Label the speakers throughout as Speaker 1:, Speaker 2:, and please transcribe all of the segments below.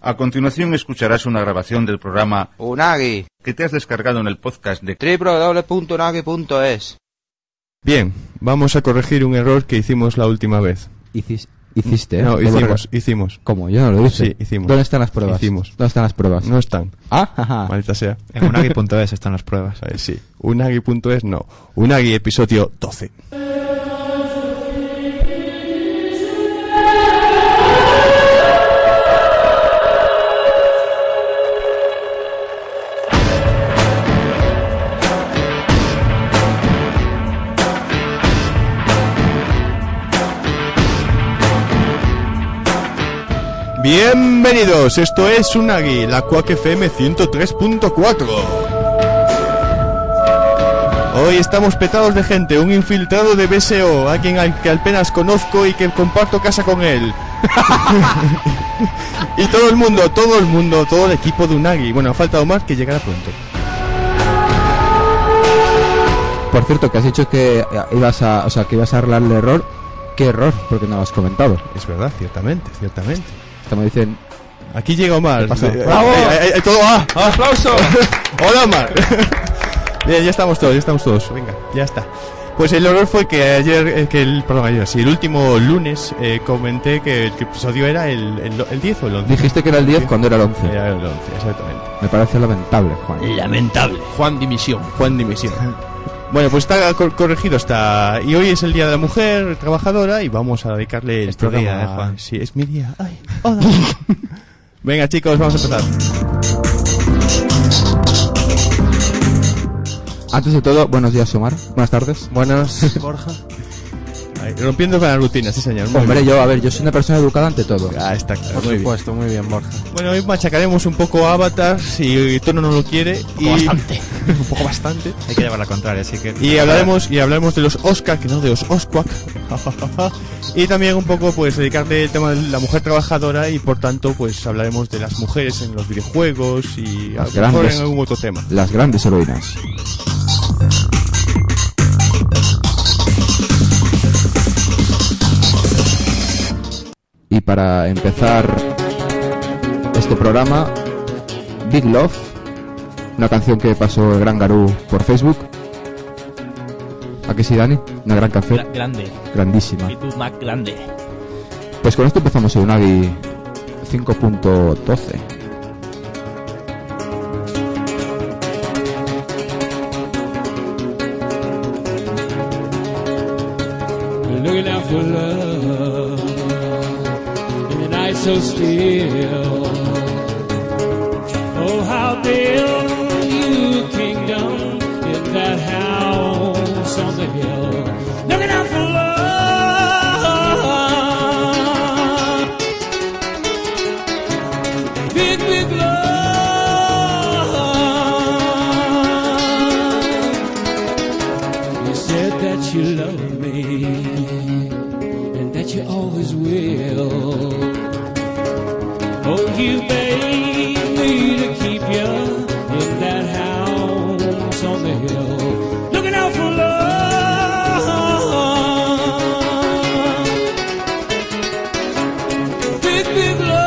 Speaker 1: A continuación escucharás una grabación del programa
Speaker 2: Unagi,
Speaker 1: que te has descargado en el podcast de...
Speaker 2: www.unagi.es.
Speaker 3: Bien, vamos a corregir un error que hicimos la última vez.
Speaker 4: Hicis- hiciste.
Speaker 3: No,
Speaker 4: ¿eh?
Speaker 3: hicimos, hicimos.
Speaker 4: ¿Cómo? Yo no lo hice.
Speaker 3: Sí, hicimos.
Speaker 4: ¿Dónde están las pruebas?
Speaker 3: Hicimos.
Speaker 4: ¿Dónde están las pruebas?
Speaker 3: No están,
Speaker 4: Ah, ajá.
Speaker 3: maldita sea.
Speaker 5: En unagi.es están las pruebas.
Speaker 3: Eh, Sí, unagi.es no. Unagi episodio 12. Bienvenidos, esto es Unagi, la Quack FM 103.4. Hoy estamos petados de gente, un infiltrado de BSO, alguien al que apenas conozco y que comparto casa con él. y todo el mundo, todo el mundo, todo el equipo de Unagi. Bueno, falta Omar que llegará pronto.
Speaker 4: Por cierto, que has dicho que eh, ibas a, o sea, que ibas a arreglar el error. ¿Qué error? Porque no lo has comentado.
Speaker 3: Es verdad, ciertamente, ciertamente.
Speaker 4: Hasta me dicen,
Speaker 3: Aquí llega Omar.
Speaker 4: pasa?
Speaker 3: Eh,
Speaker 4: ¡Bravo!
Speaker 3: eh, eh, eh, todo va. ¡Aplauso! Hola Omar. Bien, ya estamos todos, ya estamos todos. Venga, ya está. Pues el horror fue que ayer, eh, que el, perdón, ayer, sí, el último lunes eh, comenté que el episodio era el, el, el 10 o el 11.
Speaker 4: dijiste que era el 10 cuando era el 11.
Speaker 3: Era el 11, exactamente.
Speaker 4: Me parece lamentable, Juan.
Speaker 3: Lamentable. Juan Dimisión. Juan Dimisión. Bueno, pues está cor- corregido, está. Y hoy es el Día de la Mujer Trabajadora y vamos a dedicarle el
Speaker 5: Es tu día,
Speaker 3: programa-
Speaker 5: eh, Juan.
Speaker 3: Sí, es mi día. Ay, hola. Venga, chicos, vamos a empezar.
Speaker 4: Antes de todo, buenos días, Omar. Buenas tardes.
Speaker 3: Buenas, Borja. rompiendo con la rutina, sí, señor. Muy
Speaker 4: Hombre,
Speaker 3: bien.
Speaker 4: yo, a ver, yo soy una persona educada ante todo.
Speaker 3: Ah, está claro. muy bien.
Speaker 5: muy bien, Borja.
Speaker 3: Bueno, hoy machacaremos un poco Avatar, si Tono no lo quiere. Y... Bastante. un poco bastante.
Speaker 5: Hay que llevar la contraria, así que.
Speaker 3: Y hablaremos, y hablaremos de los Oscar, que no de los Osquak. y también un poco, pues, dedicarle el tema de la mujer trabajadora y, por tanto, pues, hablaremos de las mujeres en los videojuegos y a
Speaker 4: Las
Speaker 3: lo mejor
Speaker 4: grandes.
Speaker 3: en algún otro tema.
Speaker 4: Las grandes heroínas. Y para empezar este programa, Big Love, una canción que pasó el gran Garú por Facebook. ¿A que sí, Dani? Una gran canción,
Speaker 6: Gra- grande,
Speaker 4: grandísima.
Speaker 6: actitud más grande.
Speaker 4: Pues con esto empezamos en Unagi 5.12.
Speaker 7: looking out for love in the night so still. Oh, how build you kingdom in that house on the hill. Looking out for love, big, big love. You said that you love me and that you always will. Oh, you bade me to keep you in that house on the hill. Looking out for love. Big, big love.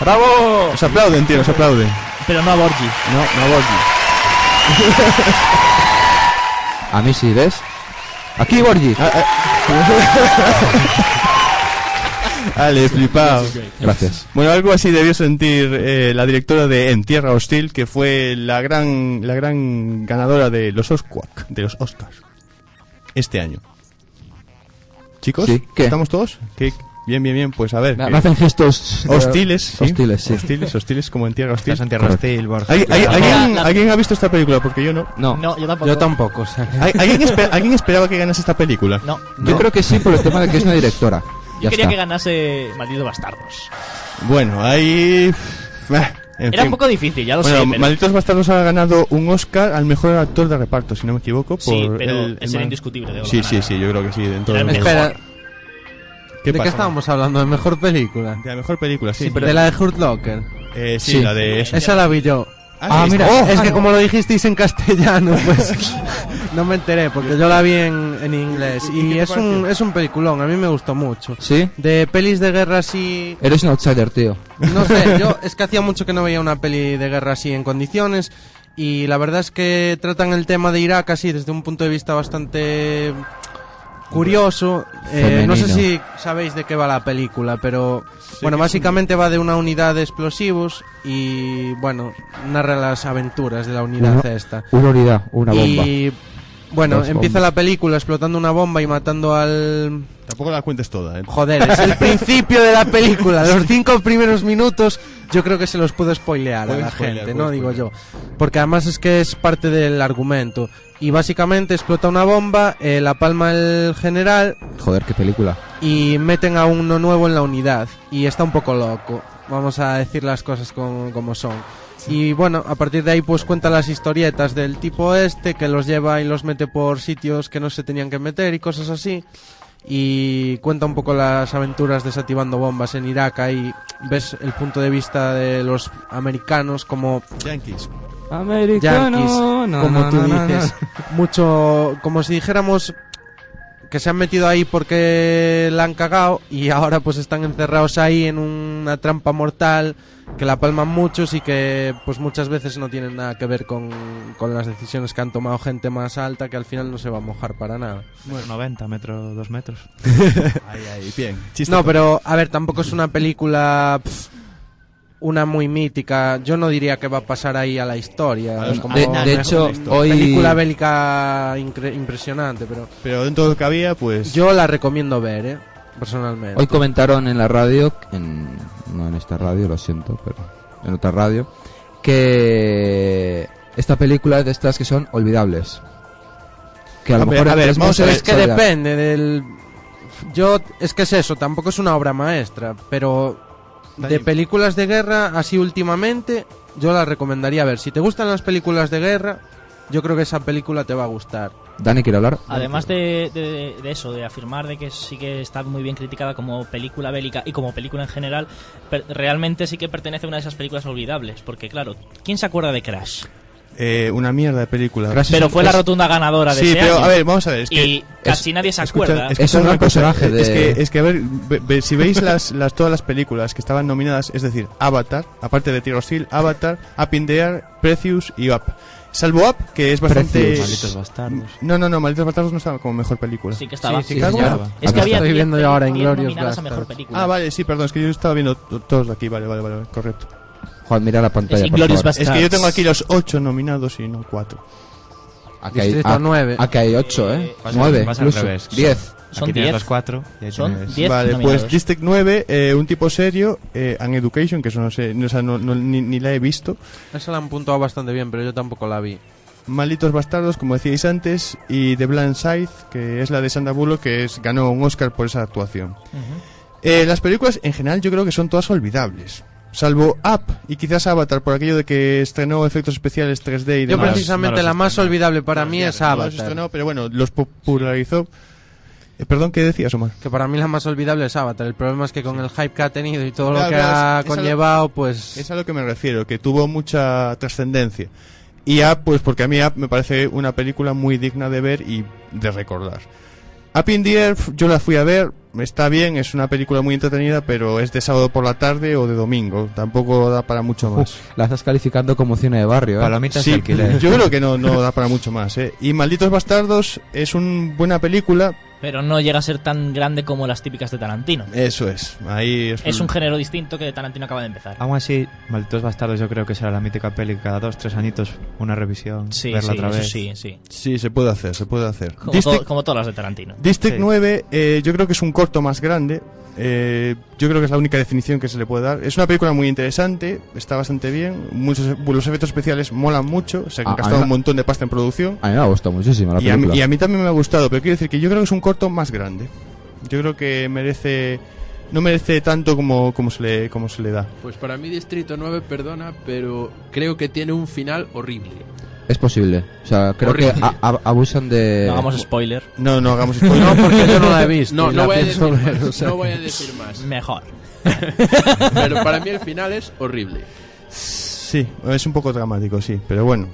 Speaker 3: ¡Bravo! Os aplauden, tío, os aplauden.
Speaker 6: Pero no a Borgi.
Speaker 3: No, no Borgi.
Speaker 4: A mí sí, ¿ves? Aquí, Borgi.
Speaker 3: Ale, flipado.
Speaker 4: Gracias.
Speaker 3: Bueno, algo así debió sentir eh, la directora de En Tierra Hostil, que fue la gran, la gran ganadora de los Osquak, de los Oscars, este año. Chicos,
Speaker 4: Sí, ¿qué?
Speaker 3: ¿estamos todos? ¿Qué? Bien, bien, bien, pues a ver.
Speaker 4: Me,
Speaker 3: que-
Speaker 4: me hacen gestos de-
Speaker 3: Hostiles, sí.
Speaker 4: Hostiles, sí.
Speaker 3: Hostiles, hostiles, como en Tierra Hostil.
Speaker 5: Estás en tierra
Speaker 4: Correcto.
Speaker 5: hostil, Borja.
Speaker 3: ¿Alguien- alguien- alguien,
Speaker 6: La- la-
Speaker 3: alguien ha visto esta película? Porque yo no.
Speaker 4: No.
Speaker 6: No, yo tampoco.
Speaker 2: Yo tampoco, o sea,
Speaker 3: ¿Al- ¿Alguien, espe- alguien esperaba que ganase esta película?
Speaker 6: No.
Speaker 4: Yo creo que sí por el tema de que es una directora.
Speaker 6: Yo
Speaker 4: Ya
Speaker 6: quería que
Speaker 4: está.
Speaker 6: ganase Malditos Bastardos.
Speaker 3: Bueno, ahí. Ah, en
Speaker 6: Era
Speaker 3: fin.
Speaker 6: un poco difícil, ya lo
Speaker 3: Bueno,
Speaker 6: sé. pero-
Speaker 3: Malditos Bastardos ha ganado un Oscar al mejor actor de reparto, si no me equivoco. Por
Speaker 6: Sí, pero
Speaker 3: el,
Speaker 6: ese era indiscutible, debo
Speaker 3: Sí,
Speaker 6: ganar.
Speaker 3: sí, sí, yo creo que sí. Dentro de...
Speaker 6: Era el mejor.
Speaker 2: Espera,
Speaker 3: ¿Qué
Speaker 2: ¿de qué
Speaker 3: pasa?
Speaker 2: estábamos hablando? ¿De mejor película?
Speaker 3: De la mejor película, sí.
Speaker 2: De la de Hurt Locker.
Speaker 3: Eh, sí,
Speaker 4: Sí.
Speaker 3: la de... esa.
Speaker 2: Esa la vi yo.
Speaker 3: Ah,
Speaker 2: Ah,
Speaker 3: sí,
Speaker 2: mira,
Speaker 3: está-
Speaker 2: es que como lo dijisteis en castellano, pues no me enteré, porque yo la vi en, en inglés.
Speaker 3: ¿Y qué
Speaker 2: Y
Speaker 3: te
Speaker 2: es un,
Speaker 3: pareció?
Speaker 2: es un peliculón, a mí me gustó mucho.
Speaker 4: ¿Sí?
Speaker 2: De pelis de guerra así...
Speaker 4: Eres un outsider, tío.
Speaker 2: No sé, yo es que hacía mucho que no veía una peli de guerra así en condiciones y la verdad es que tratan el tema de Irak así desde un punto de vista bastante curioso. Eh, no sé si
Speaker 4: Femenino.
Speaker 2: sabéis de qué va la película, pero
Speaker 3: que es
Speaker 2: bueno,
Speaker 3: un-
Speaker 2: básicamente va de una unidad de explosivos y bueno, narra las aventuras de la unidad
Speaker 4: Uno-
Speaker 2: esta.
Speaker 4: Una unidad, una bomba.
Speaker 2: Y bueno,
Speaker 4: Dos
Speaker 2: empieza
Speaker 4: bombas.
Speaker 2: la película explotando una bomba y matando al
Speaker 3: Tampoco la cuentes toda, ¿eh?
Speaker 2: Joder, es el principio de la película. Los cinco primeros minutos yo creo que se los puedo spoilear a
Speaker 3: Puedes
Speaker 2: la
Speaker 3: spoilear,
Speaker 2: gente,
Speaker 3: puedes
Speaker 2: ¿no? Digo yo. Porque además es que es parte del argumento. Y básicamente explota una bomba, eh, la palma el general
Speaker 4: Joder, qué película.
Speaker 2: y meten a uno nuevo en la unidad. Y está un poco loco. Vamos a decir las cosas con- como son. Y bueno, a partir de ahí pues cuenta las historietas del tipo este que los lleva y los mete por sitios que no se tenían que meter y cosas así. Y cuenta un poco las aventuras desativando bombas en Irak. Ahí ves el punto de vista de los americanos como
Speaker 3: Yankees.
Speaker 2: yanquis, como tú dices. Mucho, como si dijéramos que se han metido ahí porque la han cagado y ahora pues están encerrados ahí en una trampa mortal que la palman muchos y que pues muchas veces no tienen nada que ver con, con las decisiones que han tomado gente más alta que al final no se va a mojar para nada.
Speaker 5: Bueno, 90 metros, 2 metros.
Speaker 3: Ahí, ahí, bien. Chiste
Speaker 2: No, pero a ver, tampoco es una película... pff, una muy mítica, yo no diría que va a pasar ahí a la historia.
Speaker 3: Al-
Speaker 2: es como-
Speaker 4: De,
Speaker 3: No,
Speaker 4: de
Speaker 3: no,
Speaker 4: hecho,
Speaker 3: no, no, no.
Speaker 4: hoy.
Speaker 2: Película bélica incre- impresionante, pero
Speaker 3: Pero dentro de lo que había, pues...
Speaker 2: yo la recomiendo ver, ¿eh? Personalmente.
Speaker 4: Hoy comentaron en la radio, en, no en esta radio, lo siento, pero en otra radio, que esta película es de estas que son olvidables. Que a lo
Speaker 3: A ver,
Speaker 4: mejor
Speaker 3: a
Speaker 4: en
Speaker 3: ver,
Speaker 4: tres
Speaker 3: vamos
Speaker 4: meses
Speaker 3: a ver,
Speaker 2: es que
Speaker 4: olvidar.
Speaker 2: depende del... Yo, es que es eso, tampoco es una obra maestra, pero de
Speaker 3: Dani.
Speaker 2: películas de guerra, así últimamente, yo la recomendaría ver. Si te gustan las películas de guerra, yo creo que esa película te va a gustar.
Speaker 4: Dani quiere hablar.
Speaker 6: Además de, de- de eso, de afirmar de que sí que está muy bien criticada como película bélica y como película en general, per- realmente sí que pertenece a una de esas películas olvidables. Porque, claro, ¿quién se acuerda de Crash?
Speaker 3: Eh, una mierda de película.
Speaker 4: Crash
Speaker 6: Pero fue la
Speaker 4: es-
Speaker 6: rotunda ganadora de
Speaker 3: Pues Sí,
Speaker 6: ese
Speaker 3: pero
Speaker 6: año.
Speaker 3: a ver, vamos a ver. Es que
Speaker 6: y casi nadie se
Speaker 3: Escucha-
Speaker 6: acuerda.
Speaker 3: escucha
Speaker 4: Es un
Speaker 3: una
Speaker 4: gran
Speaker 3: cosa,
Speaker 4: personaje
Speaker 3: eh,
Speaker 4: de-
Speaker 3: Es que, es que a ver, ve- ve- si veis las, las, todas las películas que estaban nominadas, es decir, Avatar, aparte de Tiro Steel, Avatar, Up in the Air, Precious y Up. Salvo Up, que es bastante...
Speaker 4: Precious.
Speaker 5: Malditos bastardos.
Speaker 3: No, no, no, Malditos Bastardos no estaba como mejor película.
Speaker 6: Sí que estaba.
Speaker 4: sí, claro.
Speaker 5: estaba.
Speaker 6: Es que
Speaker 4: Acá
Speaker 6: había
Speaker 2: estoy
Speaker 6: diez-
Speaker 2: viendo yo ahora en
Speaker 6: diez
Speaker 2: Glorious
Speaker 6: nominadas a mejor
Speaker 2: Bastards.
Speaker 6: película.
Speaker 3: Ah, vale, sí, perdón, es que yo estaba viendo to- todos de aquí, vale, vale, vale, correcto.
Speaker 4: Juan, mira la pantalla.
Speaker 6: Es
Speaker 4: por
Speaker 6: Inglourious
Speaker 4: favor.
Speaker 6: Bast-
Speaker 3: Es que yo tengo aquí los ocho nominados y no cuatro.
Speaker 4: Aquí hay,
Speaker 2: Distrito
Speaker 4: ah,
Speaker 2: 9.
Speaker 4: aquí hay 8, ¿eh?
Speaker 6: Eh,
Speaker 5: pasa-
Speaker 4: 9,
Speaker 5: pasa al
Speaker 4: incluso.
Speaker 5: revés.
Speaker 4: 10.
Speaker 6: Son
Speaker 5: Aquí tienes
Speaker 6: diez.
Speaker 5: los cuatro. y ahí
Speaker 6: Son
Speaker 5: tienes-
Speaker 6: diez.
Speaker 3: vale,
Speaker 6: nominados.
Speaker 3: pues District 9, eh, un tipo serio, eh, An Education, que eso no sé, no, o sea, no- no- ni- ni la he visto.
Speaker 2: Esa la han puntuado bastante bien, pero yo tampoco la vi.
Speaker 3: Malditos Bastardos, como decíais antes, y The Blind Side, que es la de Sandra Bullock, que es, ganó un Oscar por esa actuación. Eh, las películas, en general, yo creo que son todas olvidables. Salvo Up y quizás Avatar, por aquello de que estrenó efectos especiales 3D y
Speaker 2: Yo
Speaker 3: demás.
Speaker 5: las-
Speaker 2: precisamente
Speaker 5: no las
Speaker 2: la más
Speaker 5: estrenan.
Speaker 2: olvidable para mí es
Speaker 3: No los
Speaker 2: Avatar.
Speaker 3: estrenó, pero bueno, los popularizó. Eh, perdón, ¿qué decías, Omar?
Speaker 2: Que para mí la más olvidable es Avatar. El problema es que con el hype que ha tenido y todo
Speaker 3: Claro,
Speaker 2: lo que
Speaker 3: claro,
Speaker 2: ha
Speaker 3: es- es a lo-
Speaker 2: conllevado, pues...
Speaker 3: Es a lo que me refiero, que tuvo mucha trascendencia. Y Up, pues porque a mí Up me parece una película muy digna de ver y de recordar. Up in the Air, yo la fui a ver, está bien, es una película muy entretenida, pero es de sábado por la tarde o de domingo. Tampoco da para mucho más.
Speaker 4: La estás calificando como cine de barrio, ¿eh?
Speaker 8: Palomitas de alquiler.
Speaker 3: yo creo que no, no da para mucho más. ¿eh? Y Malditos Bastardos es una buena película.
Speaker 6: Pero no llega a ser tan grande como las típicas de Tarantino.
Speaker 3: Eso es. Ahí es,
Speaker 5: Mm.
Speaker 6: Es un género distinto que Tarantino acaba de empezar.
Speaker 5: Aún así, Malditos Bastardos yo creo que será la mítica peli que cada dos, tres añitos, una revisión,
Speaker 6: Sí,
Speaker 5: verla
Speaker 6: sí,
Speaker 5: otra
Speaker 6: eso
Speaker 5: vez.
Speaker 6: sí, sí.
Speaker 3: Sí, se puede hacer, se puede hacer.
Speaker 6: Como,
Speaker 3: District-
Speaker 6: to- como todas las de Tarantino.
Speaker 3: District
Speaker 5: Sí.
Speaker 3: 9, eh, yo creo que es un corto más grande. eh, yo creo que es la única definición que se le puede dar. Es una película muy interesante, está bastante bien. Muchos, e-, los efectos especiales molan mucho, se
Speaker 4: Ah,
Speaker 3: han gastado
Speaker 4: ah,
Speaker 3: un montón de pasta en producción.
Speaker 4: A mí me ha gustado muchísimo la
Speaker 3: Y a, mí,
Speaker 4: película.
Speaker 3: y a mí también me ha gustado, pero quiero decir que yo creo que es un corto más grande. Yo creo que merece. No merece tanto como, como, se, le, como se le da.
Speaker 9: Pues para mí Distrito 9, perdona, pero creo que tiene un final horrible.
Speaker 4: Es posible. O sea, creo que
Speaker 9: Horrible.
Speaker 4: a- a- abusan de...
Speaker 6: No hagamos spoiler.
Speaker 3: No, no hagamos
Speaker 2: No,
Speaker 3: spoiler.
Speaker 2: porque yo no la he visto.
Speaker 9: No,
Speaker 2: y
Speaker 9: no
Speaker 2: la
Speaker 9: voy, a decir
Speaker 2: pienso ver,
Speaker 9: más,
Speaker 2: o sea.
Speaker 9: no voy a decir más.
Speaker 6: Mejor.
Speaker 9: Pero para mí el final es horrible.
Speaker 3: Sí, es un poco dramático, sí, pero bueno.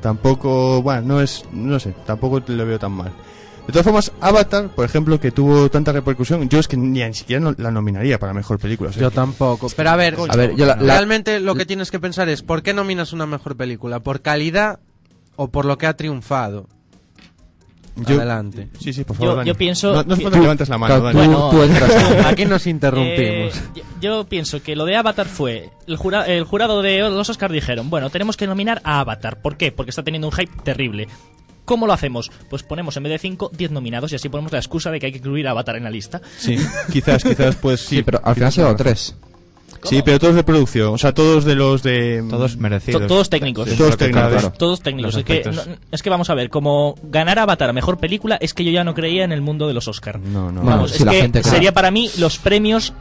Speaker 3: Tampoco, bueno, no es, no sé, tampoco lo veo tan mal. De todas formas, Avatar, por ejemplo, que tuvo tanta repercusión, yo es que ni, ni siquiera no- la nominaría para mejor película. o sea,
Speaker 2: Yo tampoco. Pero a ver,
Speaker 4: A ver, yo la- la-
Speaker 2: realmente lo que tienes que pensar es, ¿por qué nominas una mejor película? ¿Por calidad o por lo que ha triunfado?
Speaker 3: yo-
Speaker 2: Adelante.
Speaker 3: Sí, sí, por favor.
Speaker 6: Yo-
Speaker 3: Dani.
Speaker 6: yo pienso
Speaker 3: No, no hace
Speaker 6: que-
Speaker 3: falta que levantes la mano,
Speaker 4: Claro, tú,
Speaker 3: Dani.
Speaker 6: Bueno,
Speaker 4: tú entras.
Speaker 2: Aquí nos interrumpimos.
Speaker 6: Eh, yo, yo pienso que lo de Avatar fue. El, jura- el jurado de los Oscar dijeron: Bueno, tenemos que nominar a Avatar. ¿Por qué? Porque está teniendo un hype terrible. ¿Cómo lo hacemos? Pues ponemos en vez de 5, 10 nominados y así ponemos la excusa de que hay que incluir a Avatar en la lista.
Speaker 3: Sí, quizás, quizás, pues sí.
Speaker 4: Sí, pero al final
Speaker 3: quizás
Speaker 4: se ha dado
Speaker 3: tengas
Speaker 4: tres.
Speaker 3: razón. Sí, pero todos de producción, o sea, todos de los de...
Speaker 5: Todos merecidos.
Speaker 6: To- todos técnicos.
Speaker 3: Sí, todos
Speaker 5: Creo que cada
Speaker 3: técnicos.
Speaker 5: vez-
Speaker 6: Todos técnicos.
Speaker 5: Los
Speaker 6: Es que,
Speaker 5: aspectos.
Speaker 6: no- es que vamos a ver, como ganar Avatar a mejor película, es que yo ya no creía en el mundo de los Oscar.
Speaker 3: No, no.
Speaker 4: Bueno,
Speaker 6: Vamos,
Speaker 4: si
Speaker 6: es
Speaker 4: la
Speaker 6: que
Speaker 4: gente cree.
Speaker 6: sería para mí los premios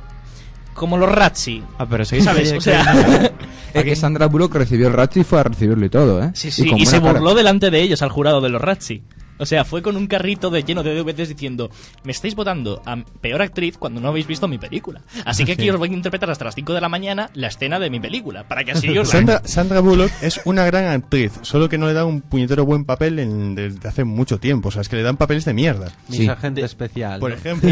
Speaker 6: como los Razzi.
Speaker 5: Ah, pero seguís
Speaker 6: ¿Sabes?
Speaker 5: ahí,
Speaker 6: O sea,
Speaker 5: que-
Speaker 4: Es que Sandra Bullock recibió el rato y fue a recibirlo y todo, ¿eh?
Speaker 6: Sí, sí,
Speaker 4: con
Speaker 6: y, se
Speaker 4: buena cara.
Speaker 6: burló delante de ellos al jurado de los Razzi. O sea, fue con un carrito de lleno de DVDs diciendo, me estáis votando a peor actriz cuando no habéis visto mi película. Así que aquí os voy a interpretar hasta las 5 de la mañana la escena de mi película, para que así os la-
Speaker 3: Sandra, Sandra Bullock es una gran actriz, solo que no le da un puñetero buen papel en- desde hace mucho tiempo. O sea, es que le dan papeles de mierda.
Speaker 2: Mis
Speaker 4: sí.
Speaker 2: agentes especiales.
Speaker 3: Por ejemplo,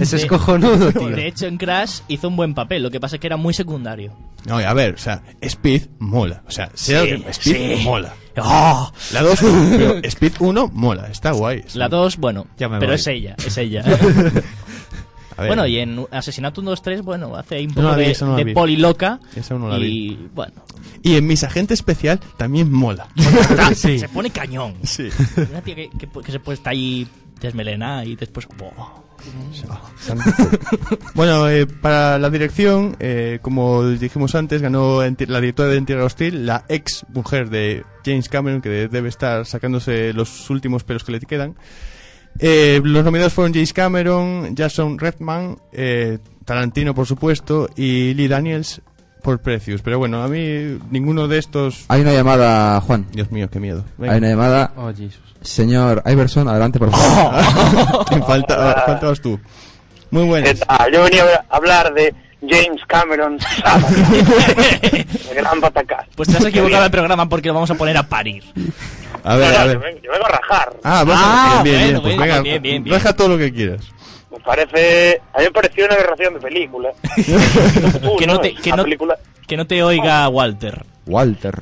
Speaker 2: Ese es
Speaker 6: de-
Speaker 2: cojonudo, tío.
Speaker 6: De hecho, en Crash hizo un buen papel, lo que pasa es que era muy secundario.
Speaker 3: no, a ver, o sea, Speed mola. O sea, sea
Speaker 6: Sí,
Speaker 3: lo que- Speed
Speaker 6: sí.
Speaker 3: mola.
Speaker 6: ¡Oh!
Speaker 3: La 2, pero Speed 1 mola, está guay.
Speaker 6: La 2, bueno,
Speaker 5: Ya me
Speaker 6: pero
Speaker 5: voy.
Speaker 6: es ella, es ella.
Speaker 3: A ver,
Speaker 6: bueno, y en Asesinato 1, 2, 3, bueno, hace ahí un poco
Speaker 3: No la vi,
Speaker 6: de,
Speaker 3: esa no la
Speaker 6: de
Speaker 3: vi.
Speaker 6: poliloca.
Speaker 3: Esa no la
Speaker 6: y
Speaker 3: vi.
Speaker 6: bueno,
Speaker 3: y en Mis Agente Especial también mola.
Speaker 6: está- se pone cañón.
Speaker 3: Sí.
Speaker 6: Una tía que, que- que se puede estar ahí desmelena y después... ¡oh! ¡buah!
Speaker 3: Bueno, eh, para la dirección, eh, como dijimos antes, ganó en ti- la directora de En Tierra Hostil, la ex mujer de James Cameron, que de- debe estar sacándose los últimos pelos que le quedan. Eh, los nominados fueron James Cameron, Jason Redman, eh, Tarantino, por supuesto, y Lee Daniels por Precious. Pero bueno, a mí ninguno de estos...
Speaker 4: Hay una llamada, Juan.
Speaker 3: Dios mío, qué miedo. Venga.
Speaker 4: Hay una llamada.
Speaker 2: Oh, Jesus.
Speaker 4: Señor Iverson, adelante, por favor.
Speaker 3: Falta- faltabas tú. Muy
Speaker 10: ¿Qué
Speaker 3: buenas.
Speaker 10: tal? Yo venía a hablar de James Cameron Avatar. El gran patacaz.
Speaker 6: Pues te has equivocado el programa porque lo vamos a poner a parir.
Speaker 3: A
Speaker 10: No,
Speaker 3: ver,
Speaker 10: no,
Speaker 3: a
Speaker 10: Yo,
Speaker 3: ver.
Speaker 10: vengo, yo vengo a rajar.
Speaker 3: Ah, vas
Speaker 6: Ah,
Speaker 3: a- bien, bien,
Speaker 6: bueno,
Speaker 3: pues
Speaker 6: bueno,
Speaker 3: venga,
Speaker 6: bien, bien, bien.
Speaker 3: Raja todo lo que quieras.
Speaker 10: Me parece... A mí me pareció una aberración de película.
Speaker 6: Que no te-
Speaker 10: Es
Speaker 6: que
Speaker 10: una
Speaker 6: no-
Speaker 10: Uh, película-
Speaker 6: Que no te oiga Walter.
Speaker 4: Walter.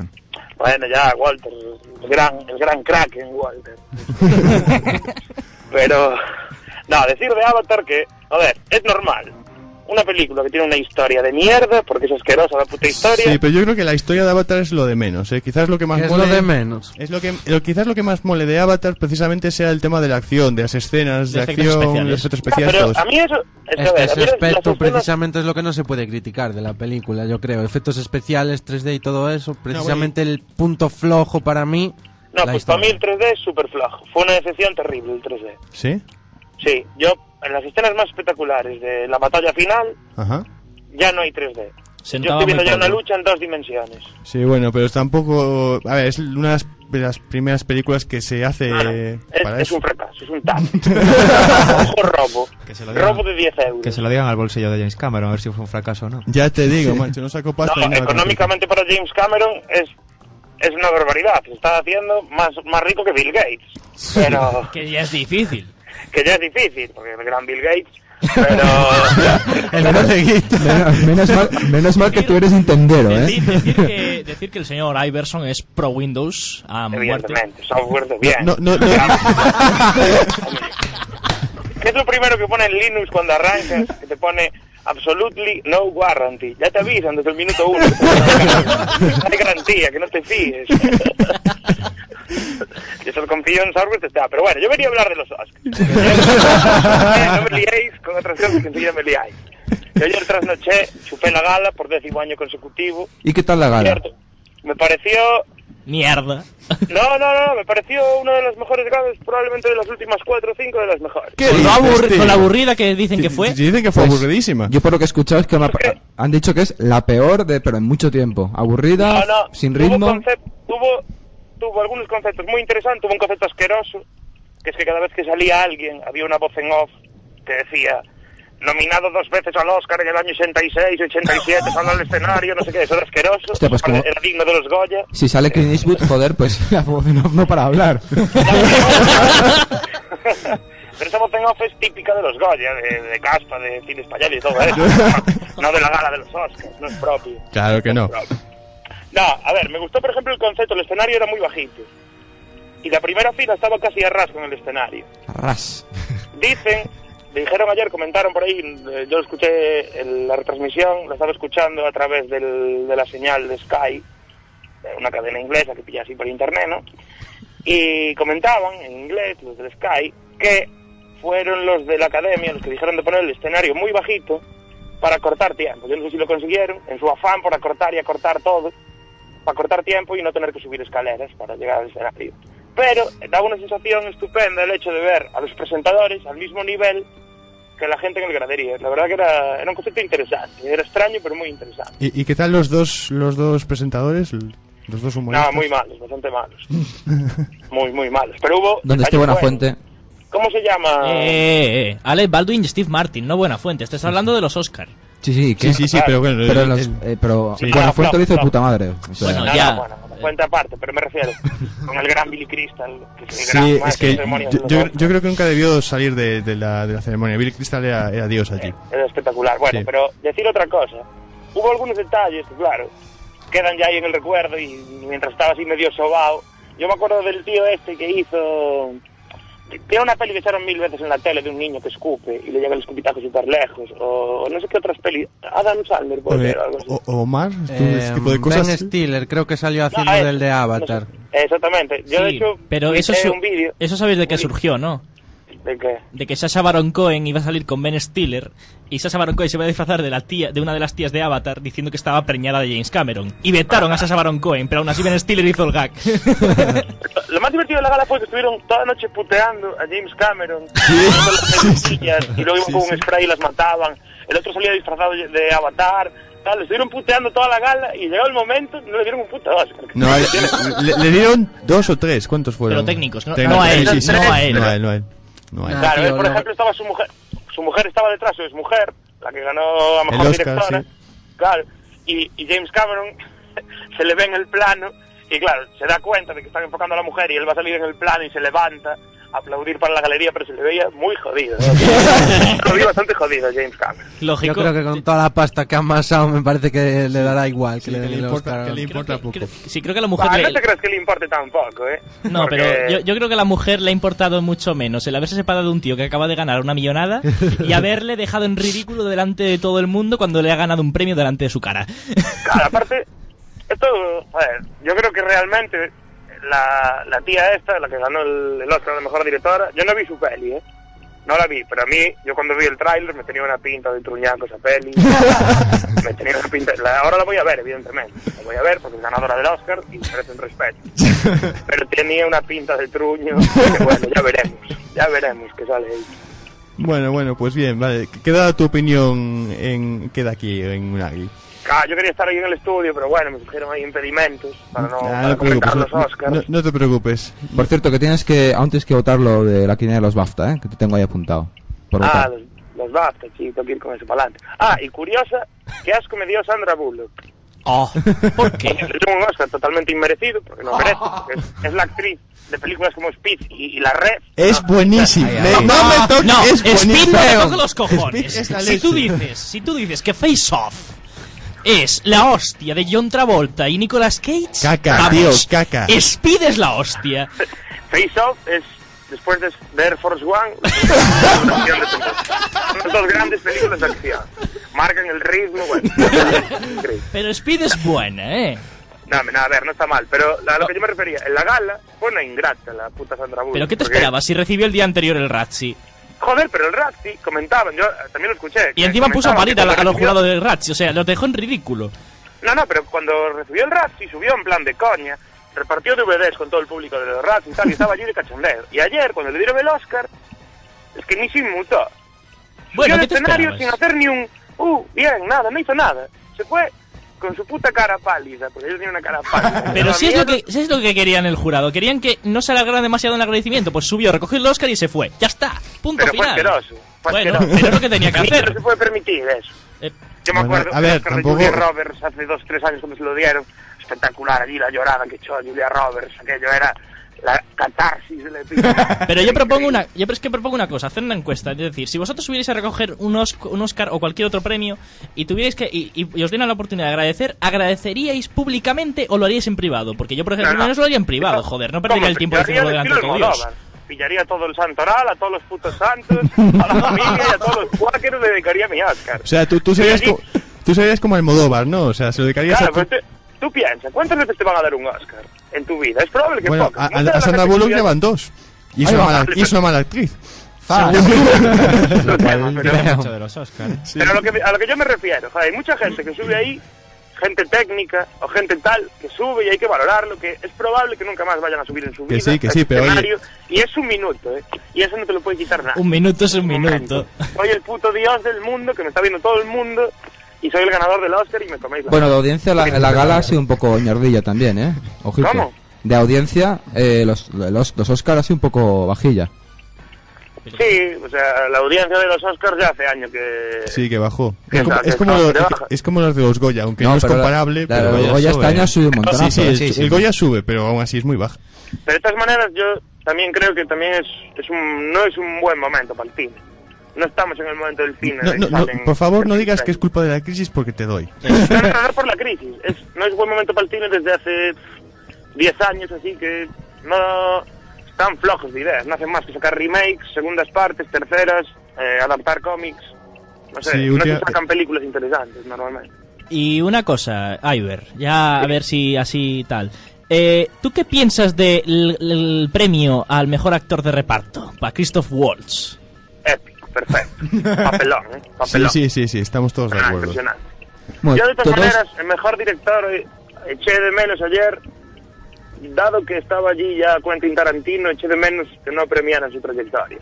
Speaker 10: Bueno, ya, Walter. El gran, el gran crack en Walter. Pero... No, decir de Avatar que... A ver, es normal. Una película que tiene una historia de mierda, porque es asquerosa la puta historia.
Speaker 3: Sí, pero yo creo que la historia de Avatar es lo de menos, ¿eh? Quizás lo que más
Speaker 2: Es lo
Speaker 3: mole...
Speaker 2: de menos.
Speaker 3: es lo que lo- quizás lo que más mole de Avatar precisamente sea el tema de la acción, de las escenas
Speaker 6: De
Speaker 3: de,
Speaker 6: efectos
Speaker 3: acción,
Speaker 6: especiales.
Speaker 3: de los efectos
Speaker 10: No,
Speaker 3: especiales.
Speaker 10: Ah, pero
Speaker 3: todos.
Speaker 10: a mí eso... es que, a
Speaker 2: Es que
Speaker 10: ver, a
Speaker 2: ese
Speaker 10: mí las- las
Speaker 2: aspecto
Speaker 10: escenas-
Speaker 2: precisamente es lo que no se puede criticar de la película, yo creo. Efectos especiales, 3D y todo eso. Precisamente el punto flojo para mí.
Speaker 10: No,
Speaker 2: la
Speaker 10: pues para mí
Speaker 2: historia.
Speaker 10: el 3D es súper flojo. Fue una decepción terrible el 3D.
Speaker 3: ¿Sí?
Speaker 10: Sí, yo en las escenas más espectaculares de la batalla final
Speaker 3: Ajá.
Speaker 10: ya no hay 3D.
Speaker 6: Se
Speaker 10: yo
Speaker 6: notaba
Speaker 10: estoy viendo
Speaker 6: muy
Speaker 10: ya una
Speaker 6: poco.
Speaker 10: lucha en dos dimensiones.
Speaker 3: Sí, bueno, pero tampoco, a ver, es una de las primeras películas que se hace
Speaker 10: No, no,
Speaker 3: eh,
Speaker 10: Ah, es,
Speaker 3: para
Speaker 10: es
Speaker 3: eso.
Speaker 10: un fracaso, es un tap. Ojo robo.
Speaker 5: Que se lo digan.
Speaker 10: Robo de 10 euros.
Speaker 5: Que se lo digan al bolsillo de James Cameron, a ver si fue un fracaso o no.
Speaker 3: Ya te digo, macho, no saco pasta.
Speaker 10: No,
Speaker 3: ni nada con la
Speaker 10: económicamente para James Cameron es, es una barbaridad. Se está haciendo más, más rico que Bill Gates. Pero...
Speaker 6: Que ya es difícil.
Speaker 10: que ya es difícil, porque el gran Bill Gates, pero...
Speaker 4: Menos, menos mal, menos mal que tú eres entendero,
Speaker 6: Decir,
Speaker 4: ¿eh?
Speaker 6: decir que, decir que el señor Iverson es pro Windows a muerte.
Speaker 10: Evidentemente, software de bien.
Speaker 3: No, no, no.
Speaker 10: ¿Qué es lo primero que pone en Linux cuando arrancas? Que te pone absolutely no warranty. Ya te avisan desde el minuto uno. No hay garantía, que no te fíes. Yo solo confío en software que está. Pero bueno, yo venía a hablar de los Oscars. Eh, no me liéis con otras cosas que enseguida me liáis. Yo ayer trasnoché, chupé la gala por décimo año consecutivo.
Speaker 4: ¿Y qué tal la gala?
Speaker 10: Cierto, Me pareció
Speaker 6: Mierda.
Speaker 10: no, no, no, me pareció una de las mejores galas, probablemente de las últimas cuatro o cinco de las mejores.
Speaker 3: ¿Qué
Speaker 6: Con lo,
Speaker 3: dices,
Speaker 6: aburri-
Speaker 3: tío?
Speaker 6: con lo aburrida que dicen que fue.
Speaker 3: Dicen que fue
Speaker 4: Pues,
Speaker 3: aburridísima.
Speaker 4: Yo por lo que he escuchado es que me ha- han dicho que es la peor de, pero en mucho tiempo. Aburrida,
Speaker 10: No, no,
Speaker 4: sin
Speaker 10: tuvo
Speaker 4: ritmo.
Speaker 10: concep- tuvo, tuvo algunos conceptos muy interesantes, tuvo un concepto asqueroso, que es que cada vez que salía alguien había una voz en off que decía nominado dos veces al Oscar en el año 86, 87, sale al escenario, no sé qué, eso era asqueroso,
Speaker 4: Hostia, pues como-
Speaker 10: era digno de los Goya.
Speaker 4: Si sale Clint Eastwood, joder, pues la voz no, no para hablar.
Speaker 10: Pero esa voz en off es típica de los Goya, de, de Caspa, de cine español y todo eso. No, no de la gala de los Oscars, no es propio.
Speaker 3: Claro que no.
Speaker 10: No, a ver, me gustó por ejemplo el concepto, el escenario era muy bajito. Y la primera fila estaba casi a ras con el escenario.
Speaker 4: Ras.
Speaker 10: Dicen, dijeron ayer, comentaron por ahí, eh, yo escuché el- la retransmisión, la estaba escuchando a través del- de la señal de Sky, eh, una cadena inglesa que pilla así por internet, ¿no? Y comentaban en inglés, los del Sky, que fueron los de la academia los que dijeron de poner el escenario muy bajito para cortar tiempo. Yo no sé si lo consiguieron, en su afán por acortar y acortar todo, para cortar tiempo y no tener que subir escaleras para llegar al escenario. Pero eh, daba una sensación estupenda el hecho de ver a los presentadores al mismo nivel que la gente en el graderío. La verdad que era, era un concepto interesante. Era extraño, pero muy interesante.
Speaker 3: ¿Y, y qué tal los dos, los dos presentadores? Los dos humoristas.
Speaker 10: No, muy malos, bastante malos. Muy, muy malos. Pero hubo...
Speaker 4: Donde esté
Speaker 10: hay un
Speaker 4: buena
Speaker 10: buen-
Speaker 4: fuente.
Speaker 10: ¿Cómo se llama?
Speaker 6: Eh, eh, eh. Alec Baldwin y Steve Martin, no buena fuente. Estás hablando de los Oscar.
Speaker 4: Sí, sí, que-
Speaker 3: Sí, sí, sí, pero bueno.
Speaker 4: Pero,
Speaker 3: el-
Speaker 4: los-
Speaker 3: el-
Speaker 4: eh, pero
Speaker 10: Sí.
Speaker 4: Buena
Speaker 10: No,
Speaker 4: Fuente
Speaker 10: no,
Speaker 4: lo hizo
Speaker 10: no.
Speaker 4: de puta madre. O sea,
Speaker 6: Bueno,
Speaker 10: No,
Speaker 6: ya.
Speaker 10: no, bueno, cuenta aparte, pero me refiero con el gran Billy Crystal, que es el gran
Speaker 3: Sí,
Speaker 10: maestro
Speaker 3: es
Speaker 10: de
Speaker 3: que
Speaker 10: ceremonias de
Speaker 3: yo,
Speaker 10: los
Speaker 3: yo-
Speaker 10: Oscars.
Speaker 3: yo creo que nunca debió salir de, de la, de la ceremonia. Bill Crystal era, era Dios allí.
Speaker 10: Era espectacular. Bueno,
Speaker 3: Sí.
Speaker 10: pero decir otra cosa. Hubo algunos detalles que, claro, quedan ya ahí en el recuerdo y mientras estaba así medio sobao. Yo me acuerdo del tío este que hizo... Tiene una peli que echaron mil veces en la tele de un niño que escupe y le llega el escupitajo súper lejos. O no sé qué otras pelis. Adam Sandler, puede
Speaker 3: Eh,
Speaker 10: ser, algo así.
Speaker 3: o- Omar, tú,
Speaker 2: Eh,
Speaker 3: ese tipo de cosas.
Speaker 2: Ben Stiller creo que salió haciendo
Speaker 10: No, eh,
Speaker 2: del de Avatar.
Speaker 10: no sé. Exactamente. Yo, de
Speaker 6: Sí,
Speaker 10: hecho,
Speaker 6: pero eso
Speaker 10: hice
Speaker 6: su-
Speaker 10: un vídeo
Speaker 6: Eso sabéis de qué
Speaker 10: Sí.
Speaker 6: surgió, ¿no?
Speaker 10: de que...
Speaker 6: De que Sasha Baron Cohen iba a salir con Ben Stiller y Sasha Baron Cohen se iba a disfrazar de la tía de una de las tías de Avatar diciendo que estaba preñada de James Cameron y vetaron a Sasha Baron Cohen, pero aún así Ben Stiller hizo el gag.
Speaker 10: Lo- Lo más divertido de la gala fue que estuvieron toda la noche puteando a James Cameron. haciendo las mentirillas, Y luego iban con un spray y las mataban. El otro salía disfrazado de avatar. Tal. Estuvieron puteando toda la gala y llegó el momento no le dieron un puto Oscar.
Speaker 3: No, a él- le, le dieron dos o tres. ¿Cuántos fueron?
Speaker 6: Pero técnicos, no-
Speaker 3: Técnicos,
Speaker 6: no a él,
Speaker 3: sí, sí,
Speaker 6: no
Speaker 3: sí.
Speaker 6: a él.
Speaker 3: No a él, no a él. No a él.
Speaker 2: Ah,
Speaker 10: claro,
Speaker 2: tío,
Speaker 10: él, por
Speaker 2: no.
Speaker 10: ejemplo, estaba su mujer. Su mujer estaba detrás, su mujer, la que ganó a mejor
Speaker 3: El Oscar,
Speaker 10: directora.
Speaker 3: sí.
Speaker 10: Claro, y, y James Cameron se le ve en el plano y, claro, se da cuenta de que están enfocando a la mujer y él va a salir en el plano y se levanta a aplaudir para la galería, pero se le veía muy jodido. ¿no? Lo vi bastante jodido, James Cameron.
Speaker 6: Lógico.
Speaker 2: Yo creo que con toda la pasta que ha amasado me parece que le dará igual que
Speaker 3: Sí,
Speaker 2: le den
Speaker 3: que le
Speaker 2: el
Speaker 3: importa-
Speaker 2: Oscar.
Speaker 3: que le
Speaker 6: Creo
Speaker 3: importa
Speaker 6: que-
Speaker 3: poco.
Speaker 6: creo- sí, creo que a la mujer
Speaker 10: Ah,
Speaker 6: le-
Speaker 10: no te creas que le importe tampoco, ¿eh?
Speaker 6: No,
Speaker 10: Porque-
Speaker 6: pero yo, yo creo que a la mujer le ha importado mucho menos el haberse separado de un tío que acaba de ganar una millonada y haberle dejado en ridículo delante de todo el mundo cuando le ha ganado un premio delante de su cara.
Speaker 10: Claro, Ah, aparte, esto, joder, yo creo que realmente la, la tía esta, la que ganó el, el Oscar de mejor directora, yo no vi su peli, ¿eh? No la vi, pero a mí, yo cuando vi el tráiler me tenía una pinta de truñaco esa peli. me tenía una pinta. la- ahora la voy a ver, evidentemente. La voy a ver porque es ganadora del Oscar y merece un respeto. pero tenía una pinta de truño. Que bueno, ya veremos. Ya veremos qué sale ahí.
Speaker 3: Bueno, bueno, pues bien, vale. Queda tu opinión en. Queda aquí en Unagi.
Speaker 10: Claro, Ah, yo quería estar ahí en el estudio, pero bueno, me surgieron ahí impedimentos para no,
Speaker 3: Ah,
Speaker 10: para
Speaker 3: no, te
Speaker 10: comentar
Speaker 3: preocupes,
Speaker 10: los
Speaker 3: no-
Speaker 10: Oscars.
Speaker 3: no- no te preocupes.
Speaker 4: Por cierto, que tienes que, aún tienes que votar lo de la quiniela de los BAFTA, ¿eh? que te tengo ahí apuntado. Por
Speaker 10: Ah,
Speaker 4: votar.
Speaker 10: los, los BAFTA, sí, tengo que ir con eso para adelante. Ah, y curiosa, qué asco me dio Sandra Bullock.
Speaker 3: Oh.
Speaker 6: ¿Por qué?
Speaker 10: Le dio un Oscar totalmente inmerecido, porque no merece. porque Es, es la actriz de películas como Speed y, y La Red. Ah,
Speaker 3: Es buenísimo.
Speaker 5: Ay,
Speaker 3: Me-
Speaker 5: ay, ay.
Speaker 3: no me toques.
Speaker 6: No,
Speaker 3: Ah. es
Speaker 6: Speed
Speaker 3: buenísimo.
Speaker 6: no me toca los cojones.
Speaker 3: Speed es la
Speaker 6: Si tú
Speaker 3: leche.
Speaker 6: dices, si tú dices que Face Off es la hostia de John Travolta y Nicolas Cage,
Speaker 3: Caca,
Speaker 6: vamos,
Speaker 3: tío, caca.
Speaker 6: Speed es la hostia.
Speaker 10: Face Off es, después de, de Air Force One, la acción de Tom Cruise. Son dos grandes películas de acción. Marcan el ritmo, bueno. increíble.
Speaker 6: Pero Speed es buena, ¿eh?
Speaker 10: No, no, a ver, no está mal, pero a lo que yo me refería, en la gala fue una ingrata la puta Sandra Bullock.
Speaker 6: ¿Pero qué te
Speaker 10: porque-
Speaker 6: esperabas si recibió el día anterior el Razzie?
Speaker 10: Joder, pero el Razzie comentaban, yo eh, también lo escuché.
Speaker 6: Y
Speaker 10: que
Speaker 6: encima puso a
Speaker 10: comentaban
Speaker 6: parir
Speaker 10: que
Speaker 6: a, la- a
Speaker 10: cuando
Speaker 6: los
Speaker 10: recibió-
Speaker 6: jurados del Razzie, o sea, los dejó en ridículo.
Speaker 10: No, no, pero cuando recibió el Razzie subió en plan de coña, repartió DVDs con todo el público de los Razzie y tal, y estaba allí de cachondeo. Y ayer, cuando le dieron el Oscar, es que ni se inmutó.
Speaker 6: Bueno,
Speaker 10: Subió
Speaker 6: ¿qué
Speaker 10: al
Speaker 6: te
Speaker 10: este escenario
Speaker 6: esperabas?
Speaker 10: sin hacer ni un, uh, bien, nada, no hizo nada. Se fue con su puta cara pálida, porque él tenía una cara pálida.
Speaker 6: Pero
Speaker 10: Daba
Speaker 6: si es, lo
Speaker 10: miedo.
Speaker 6: que, si es lo que querían el jurado, querían que no se alargara demasiado en el agradecimiento, pues subió, recogió el Oscar y se fue. Ya está, punto
Speaker 10: Pero fue
Speaker 6: final.
Speaker 10: asqueroso, fue
Speaker 6: bueno,
Speaker 10: asqueroso.
Speaker 6: pero es lo que tenía que
Speaker 10: Ni
Speaker 6: hacer.
Speaker 10: se puede permitir eso.
Speaker 6: Eh,
Speaker 10: Yo me
Speaker 3: Bueno,
Speaker 10: acuerdo
Speaker 3: a ver,
Speaker 10: que Oscar de
Speaker 3: tampoco-
Speaker 10: Julia Roberts hace dos, tres años cuando se lo dieron. Espectacular allí la llorada que echó Julia Roberts. Aquello era la catarsis de la película.
Speaker 6: Pero yo propongo una, yo es que propongo una cosa, hacer una encuesta, es decir, si vosotros hubierais a recoger un, Osc- un Oscar o cualquier otro premio y tuvierais que y, y- y os dieran la oportunidad de agradecer, agradeceríais públicamente o lo haríais en privado, porque yo por ejemplo al
Speaker 10: No, no.
Speaker 6: menos lo haría en privado, joder, no perdería
Speaker 10: ¿Cómo?
Speaker 6: el tiempo de
Speaker 10: Pillaría
Speaker 6: hacerlo delante de todo
Speaker 10: estilo
Speaker 6: Dios.
Speaker 10: Almodóvar. Pillaría todo el santoral, a todos los putos santos, a la familia y a todos los cuáqueros le dedicaría mi Oscar.
Speaker 3: O sea, tú, tú, serías
Speaker 10: Pero
Speaker 3: co- tú serías como Almodóvar, ¿no? O sea, se lo dedicarías
Speaker 10: Claro, pues,
Speaker 3: a...
Speaker 10: pero te- tú piensas, ¿cuántas veces te van a dar un Oscar en tu vida? Es probable que
Speaker 3: Bueno,
Speaker 10: pocas.
Speaker 3: a, a-
Speaker 10: Muchas de
Speaker 3: a
Speaker 10: las
Speaker 3: Sandra
Speaker 10: veces
Speaker 3: Bullock
Speaker 10: que
Speaker 3: le van dos. Y es,
Speaker 10: Ahí
Speaker 3: una
Speaker 10: va.
Speaker 3: mala, y es una mala actriz.
Speaker 10: Lo tema, pero-
Speaker 5: Mucho de los Oscars.
Speaker 10: Pero a lo, que, a lo que yo me refiero, joder, hay mucha gente que sube ahí, gente técnica o gente tal, que sube y hay que valorarlo, que es probable que nunca más vayan a subir en su
Speaker 3: Que
Speaker 10: vida.
Speaker 3: sí, que
Speaker 10: al
Speaker 3: sí, pero oye-
Speaker 10: escenario, Y es un minuto, ¿eh? Y eso no te lo puede quitar nada.
Speaker 6: Un minuto es un
Speaker 10: momento.
Speaker 6: minuto.
Speaker 10: Soy el puto dios del mundo, que me está viendo todo el mundo, y soy el ganador del Oscar y me coméis la...
Speaker 4: Bueno, de audiencia la, la gala ha sido un poco ñardilla también, ¿eh? Ojito.
Speaker 10: ¿Cómo?
Speaker 4: De audiencia, eh, los, los, los Oscar ha sido un poco vajilla.
Speaker 10: Sí, o sea, la audiencia de los Oscars ya hace años que...
Speaker 3: Sí, que bajó.
Speaker 10: Que
Speaker 3: Es como,
Speaker 10: está-
Speaker 3: es,
Speaker 10: que
Speaker 3: como
Speaker 10: está
Speaker 3: los,
Speaker 10: de baja.
Speaker 3: es como los de los Goya, aunque no, es
Speaker 4: pero la-
Speaker 3: comparable.
Speaker 4: la-
Speaker 3: pero
Speaker 4: la-
Speaker 3: Goya
Speaker 4: Goya este
Speaker 5: sube,
Speaker 4: año
Speaker 5: ¿eh?
Speaker 4: ha subido un montón.
Speaker 3: Sí, sí, el,
Speaker 5: Sí, sí.
Speaker 3: el Goya sube, pero aún así es muy baja.
Speaker 10: Pero de todas maneras, yo también creo que también es, es un, no es un buen momento para el cine. No estamos en el momento del cine.
Speaker 3: No,
Speaker 10: de
Speaker 3: no, no,
Speaker 10: salen-
Speaker 3: por favor, no digas que es culpa de la crisis porque te doy.
Speaker 10: No, no, no, no por la crisis. Es, no es buen momento para el cine desde hace 10 años, así que no están flojos de ideas. No hacen más que sacar remakes, segundas partes, terceras, eh, adaptar cómics. No sé,
Speaker 3: Sí, eh,
Speaker 10: no
Speaker 3: última-
Speaker 10: se sacan películas interesantes normalmente.
Speaker 6: Y una cosa, Iver, ya a ver si así tal. Eh, ¿Tú qué piensas del el premio al mejor actor de reparto para Christoph Waltz?
Speaker 10: Épico, perfecto. Papelón, ¿eh?
Speaker 3: Sí,
Speaker 10: Papelón.
Speaker 3: sí, sí, sí, estamos todos de
Speaker 10: Ah,
Speaker 3: acuerdo.
Speaker 10: impresionante.
Speaker 4: Bueno,
Speaker 10: Yo de todas
Speaker 4: todos-
Speaker 10: maneras, el mejor director eh, eché de menos ayer, dado que estaba allí ya Quentin Tarantino, eché de menos que no premiaran su trayectoria.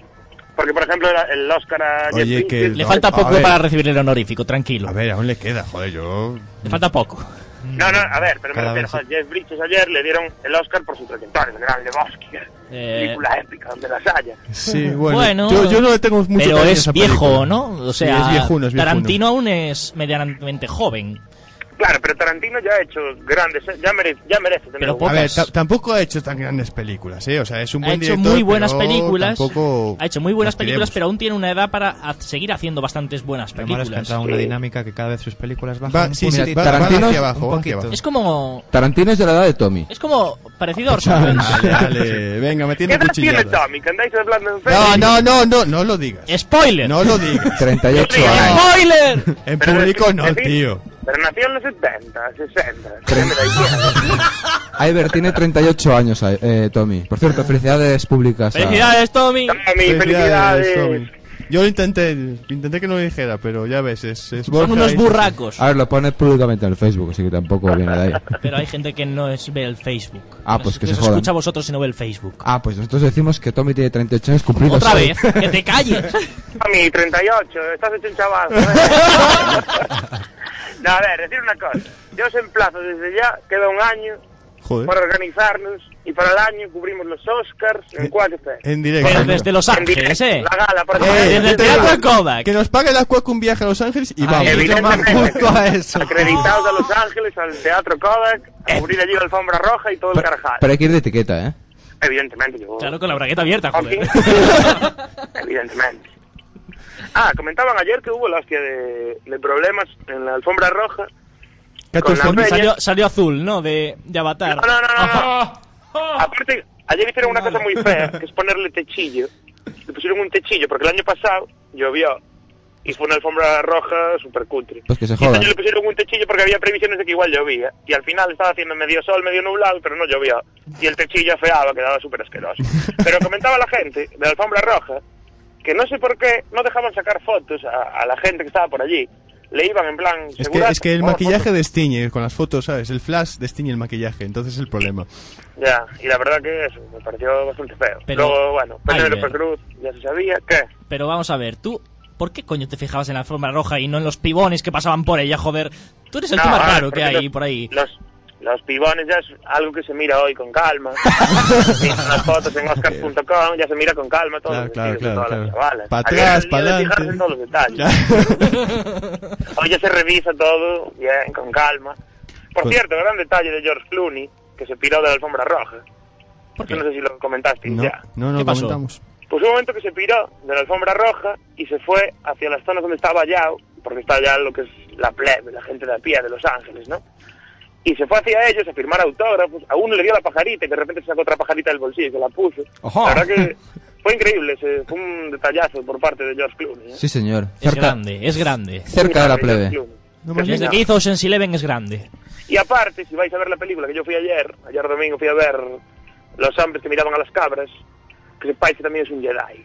Speaker 10: Porque, por ejemplo, era el Oscar a Jeff
Speaker 3: Oye, que-
Speaker 10: Bridges-
Speaker 6: Le
Speaker 3: No,
Speaker 6: falta
Speaker 3: a
Speaker 6: poco
Speaker 3: ver.
Speaker 6: para recibir el honorífico, tranquilo.
Speaker 3: A ver, aún le queda, joder, yo...
Speaker 6: Le falta poco.
Speaker 10: No, no, a ver, pero me
Speaker 5: Cada
Speaker 10: refiero,
Speaker 5: vez-
Speaker 10: joder, Jeff Bridges ayer le dieron el Oscar por su trayectoria, el Gran Lebowski,
Speaker 6: Eh,
Speaker 10: película épica donde las haya.
Speaker 3: Sí, bueno,
Speaker 6: Bueno,
Speaker 3: yo, yo no le tengo mucho
Speaker 6: Pero
Speaker 3: cariño a
Speaker 6: es
Speaker 3: esa
Speaker 6: viejo,
Speaker 3: película.
Speaker 6: ¿no? O
Speaker 3: Sí,
Speaker 6: sea,
Speaker 3: es viejuno, es viejuno.
Speaker 6: Tarantino aún es medianamente joven.
Speaker 10: Claro, pero Tarantino ya ha hecho grandes, ya merece, ya merece tener
Speaker 6: Pero
Speaker 10: un
Speaker 6: po-
Speaker 3: A ver,
Speaker 6: Pocas.
Speaker 3: ta- tampoco ha hecho tan grandes películas, ¿eh? O sea, es un
Speaker 6: Ha
Speaker 3: buen
Speaker 6: hecho
Speaker 3: director,
Speaker 6: muy buenas
Speaker 3: pero
Speaker 6: películas.
Speaker 3: tampoco
Speaker 6: Ha hecho muy buenas
Speaker 3: nos
Speaker 6: películas,
Speaker 3: tiremos.
Speaker 6: pero aún tiene una edad para ha- seguir haciendo bastantes buenas
Speaker 5: Lo malo es que ha
Speaker 6: películas.
Speaker 5: entrado una dinámica que cada vez sus películas bajan
Speaker 3: Va-
Speaker 5: un
Speaker 3: sí, sí,
Speaker 5: poquitito.
Speaker 3: va- van
Speaker 4: Tarantino es
Speaker 3: hacia abajo,
Speaker 5: un
Speaker 3: van hacia
Speaker 5: poquito.
Speaker 6: Es como
Speaker 4: Tarantino es de la edad de Tommy.
Speaker 6: es como parecido a Orson Welles.
Speaker 3: Dale, dale, venga, me
Speaker 10: ¿Qué
Speaker 3: tiene
Speaker 10: edad tiene
Speaker 3: cuchilladas.
Speaker 10: Tommy? ¿Que andáis hablando en
Speaker 3: No,
Speaker 10: Facebook?
Speaker 3: no, no, no, no lo digas.
Speaker 6: Spoiler.
Speaker 3: No lo digas.
Speaker 4: 38
Speaker 10: Yo digo,
Speaker 4: años.
Speaker 6: Spoiler.
Speaker 3: En
Speaker 10: Pero
Speaker 3: público
Speaker 10: de-
Speaker 3: no,
Speaker 10: de-
Speaker 3: tío.
Speaker 10: Pero nació en los 70, 60, 70
Speaker 4: Iber tiene 38 años, eh, Tommy. Por cierto, felicidades públicas. a-
Speaker 6: Felicidades, Tommy.
Speaker 10: Tommy, felicidades.
Speaker 3: Tommy. Yo lo intenté, intenté que no lo dijera, pero ya ves, es, es
Speaker 6: Son
Speaker 3: Borja
Speaker 6: unos
Speaker 3: y-
Speaker 6: burracos.
Speaker 4: A ver, lo pone públicamente en el Facebook, así que tampoco viene de ahí.
Speaker 6: Pero hay gente que no es, ve el Facebook.
Speaker 4: Ah, pues que
Speaker 6: Nos
Speaker 4: se jodan.
Speaker 6: escucha a vosotros y no ve el Facebook.
Speaker 4: Ah, pues nosotros decimos que Tommy tiene 38 años cumplidos.
Speaker 6: Otra
Speaker 4: hoy.
Speaker 6: vez, que te calles.
Speaker 10: Tommy, 38, estás hecho un chaval. joder. no, a ver, decir una cosa. Yo os emplazo desde ya, queda un año
Speaker 3: Joder.
Speaker 10: para organizarnos Y para el año cubrimos los Oscars. ¿En cuál está?
Speaker 3: En directo.
Speaker 6: Pero desde Los
Speaker 10: En directo,
Speaker 6: Ángeles, ¿eh?
Speaker 10: La gala, por
Speaker 3: Eh,
Speaker 10: ejemplo.
Speaker 6: Desde el
Speaker 3: que te
Speaker 6: Teatro
Speaker 3: diga,
Speaker 6: Kodak.
Speaker 3: Que nos pague la Cuac un viaje a Los Ángeles
Speaker 10: Ah,
Speaker 3: y vamos.
Speaker 10: Evidentemente.
Speaker 2: Justo a eso.
Speaker 10: Acreditados a Los Ángeles, al Teatro Kodak,
Speaker 3: Eh.
Speaker 10: a cubrir allí la alfombra roja y todo el carajal.
Speaker 4: Pero hay que ir de etiqueta, ¿eh?
Speaker 10: Evidentemente, yo.
Speaker 6: Claro, con la bragueta abierta, joder.
Speaker 10: Ok. Evidentemente. Ah, comentaban ayer que hubo la hostia de, de problemas en la alfombra roja.
Speaker 3: Que
Speaker 10: Con
Speaker 3: tus
Speaker 10: la
Speaker 3: fon-
Speaker 10: fe-
Speaker 6: Salió, salió azul, ¿no? De, de Avatar.
Speaker 10: No, no, no, no, no. Aparte, ayer hicieron una cosa muy fea, que es ponerle techillo. Le pusieron un techillo, porque el año pasado llovió y fue una alfombra roja súper cutre.
Speaker 4: Pues que se
Speaker 10: Y este
Speaker 4: jodan.
Speaker 3: ¿eh?
Speaker 10: año le pusieron un techillo porque había previsiones de que igual llovía. Y al final estaba haciendo medio sol, medio nublado, pero no llovía. Y el techillo afeaba, quedaba súper asqueroso. Pero comentaba la gente de la alfombra roja que no sé por qué no dejaban sacar fotos a, a la gente que estaba por allí. Le iban en plan...
Speaker 3: Es que,
Speaker 10: segurata,
Speaker 3: es que el
Speaker 10: por favor,
Speaker 3: maquillaje destiñe con las fotos, ¿sabes? El flash destiñe el maquillaje, entonces es el problema.
Speaker 10: Ya, y la verdad que eso, me pareció bastante feo.
Speaker 6: Pero-
Speaker 10: Luego, bueno,
Speaker 6: Ay,
Speaker 10: Pedro López
Speaker 6: ver.
Speaker 10: Cruz ya se sabía que...
Speaker 6: Pero vamos a ver, tú, ¿por qué coño te fijabas en la alfombra roja y no en los pibones que pasaban por ella, joder? Tú eres el tío
Speaker 10: No,
Speaker 6: más
Speaker 10: a ver,
Speaker 6: raro que
Speaker 10: porque
Speaker 6: hay
Speaker 10: los-
Speaker 6: por ahí.
Speaker 10: Los, los pibones ya es algo que se mira hoy con calma. Miran las fotos en oscars.com, ya se mira con calma todo.
Speaker 3: Claro, claro, claro, claro. Pa'
Speaker 10: Para
Speaker 3: atrás, pa' adelante.
Speaker 10: en todos los detalles. Hoy ya se revisa todo bien, con calma. Por
Speaker 3: Con-
Speaker 10: cierto, gran detalle de George Clooney, que se piró de la alfombra roja.
Speaker 6: ¿Por
Speaker 10: Yo
Speaker 6: qué?
Speaker 10: no sé si lo comentaste
Speaker 3: No,
Speaker 10: ya.
Speaker 3: no, no
Speaker 6: ¿Qué pasó?
Speaker 3: comentamos.
Speaker 10: Pues hubo un momento que se piró de la alfombra roja y se fue hacia las zonas donde estaba Yao, porque está ya lo que es la plebe, la gente de a pie de Los Ángeles, ¿no? Y se fue hacia ellos a firmar autógrafos. A uno le dio la pajarita y de repente sacó otra pajarita del bolsillo y se la puso.
Speaker 2: Ojo.
Speaker 10: La verdad que fue increíble, se- fue un detallazo por parte de George Clooney. ¿eh?
Speaker 4: Sí, señor.
Speaker 6: Es
Speaker 4: Cerca,
Speaker 6: grande, es grande.
Speaker 4: cerca de la
Speaker 10: George
Speaker 4: plebe.
Speaker 10: Clooney.
Speaker 3: No
Speaker 10: Que
Speaker 3: más
Speaker 10: sí,
Speaker 6: Desde
Speaker 10: no.
Speaker 6: que hizo Sense Eleven es grande.
Speaker 10: Y aparte, si vais a ver la película que yo fui ayer, ayer domingo fui a ver Los hombres que miraban a las cabras, que sepáis que también es un Jedi.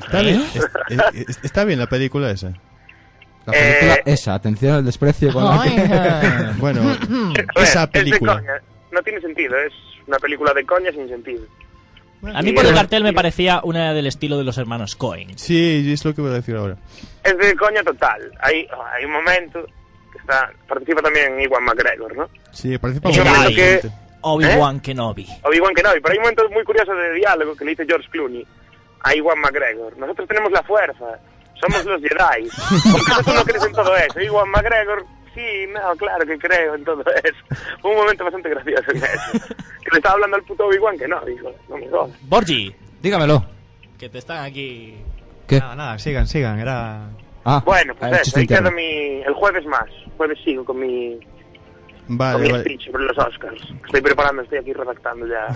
Speaker 3: Está bien, es- es- es- está bien la película esa.
Speaker 4: La película
Speaker 10: Eh,
Speaker 4: esa, atención al desprecio con la
Speaker 6: Ah.
Speaker 4: que-
Speaker 3: Ah, Bueno,
Speaker 10: A ver,
Speaker 3: esa
Speaker 10: Es
Speaker 3: película.
Speaker 10: de coña. No tiene sentido, es una película de coña sin sentido.
Speaker 6: A mí por el cartel me parecía una del estilo de los hermanos Cohen.
Speaker 3: Sí, es lo que voy a decir ahora.
Speaker 10: Es de coña total. Hay, oh, hay un momento que está, participa también Iwan McGregor, ¿no?
Speaker 3: Sí, participa
Speaker 10: Yo
Speaker 3: mucha
Speaker 6: creo
Speaker 10: que- ¿eh?
Speaker 3: gente.
Speaker 6: Obi-Wan Kenobi.
Speaker 10: O Iwan que no, pero hay momentos muy curiosos de diálogo que le dice George Clooney a Iwan McGregor. Nosotros tenemos la fuerza, somos los Jedi. ¿Por qué tú no crees en todo eso? Iwan McGregor, sí, no, claro que creo en todo eso. Fue un momento bastante gracioso en eso. Que le estaba hablando al puto Iwan que no, dijo, no me jodas.
Speaker 6: Borgi,
Speaker 4: Dígamelo.
Speaker 6: que te están aquí...
Speaker 4: ¿Qué?
Speaker 5: Nada, nada, sigan, sigan. Era.
Speaker 4: Ah,
Speaker 10: Bueno, pues
Speaker 4: ah, el
Speaker 10: eso,
Speaker 4: chiste
Speaker 10: ahí queda
Speaker 4: interno.
Speaker 10: mi... El jueves más, jueves sigo con mi con
Speaker 3: Vale,
Speaker 10: mi
Speaker 3: vale.
Speaker 10: speech sobre los Oscars. Estoy preparando, estoy aquí redactando ya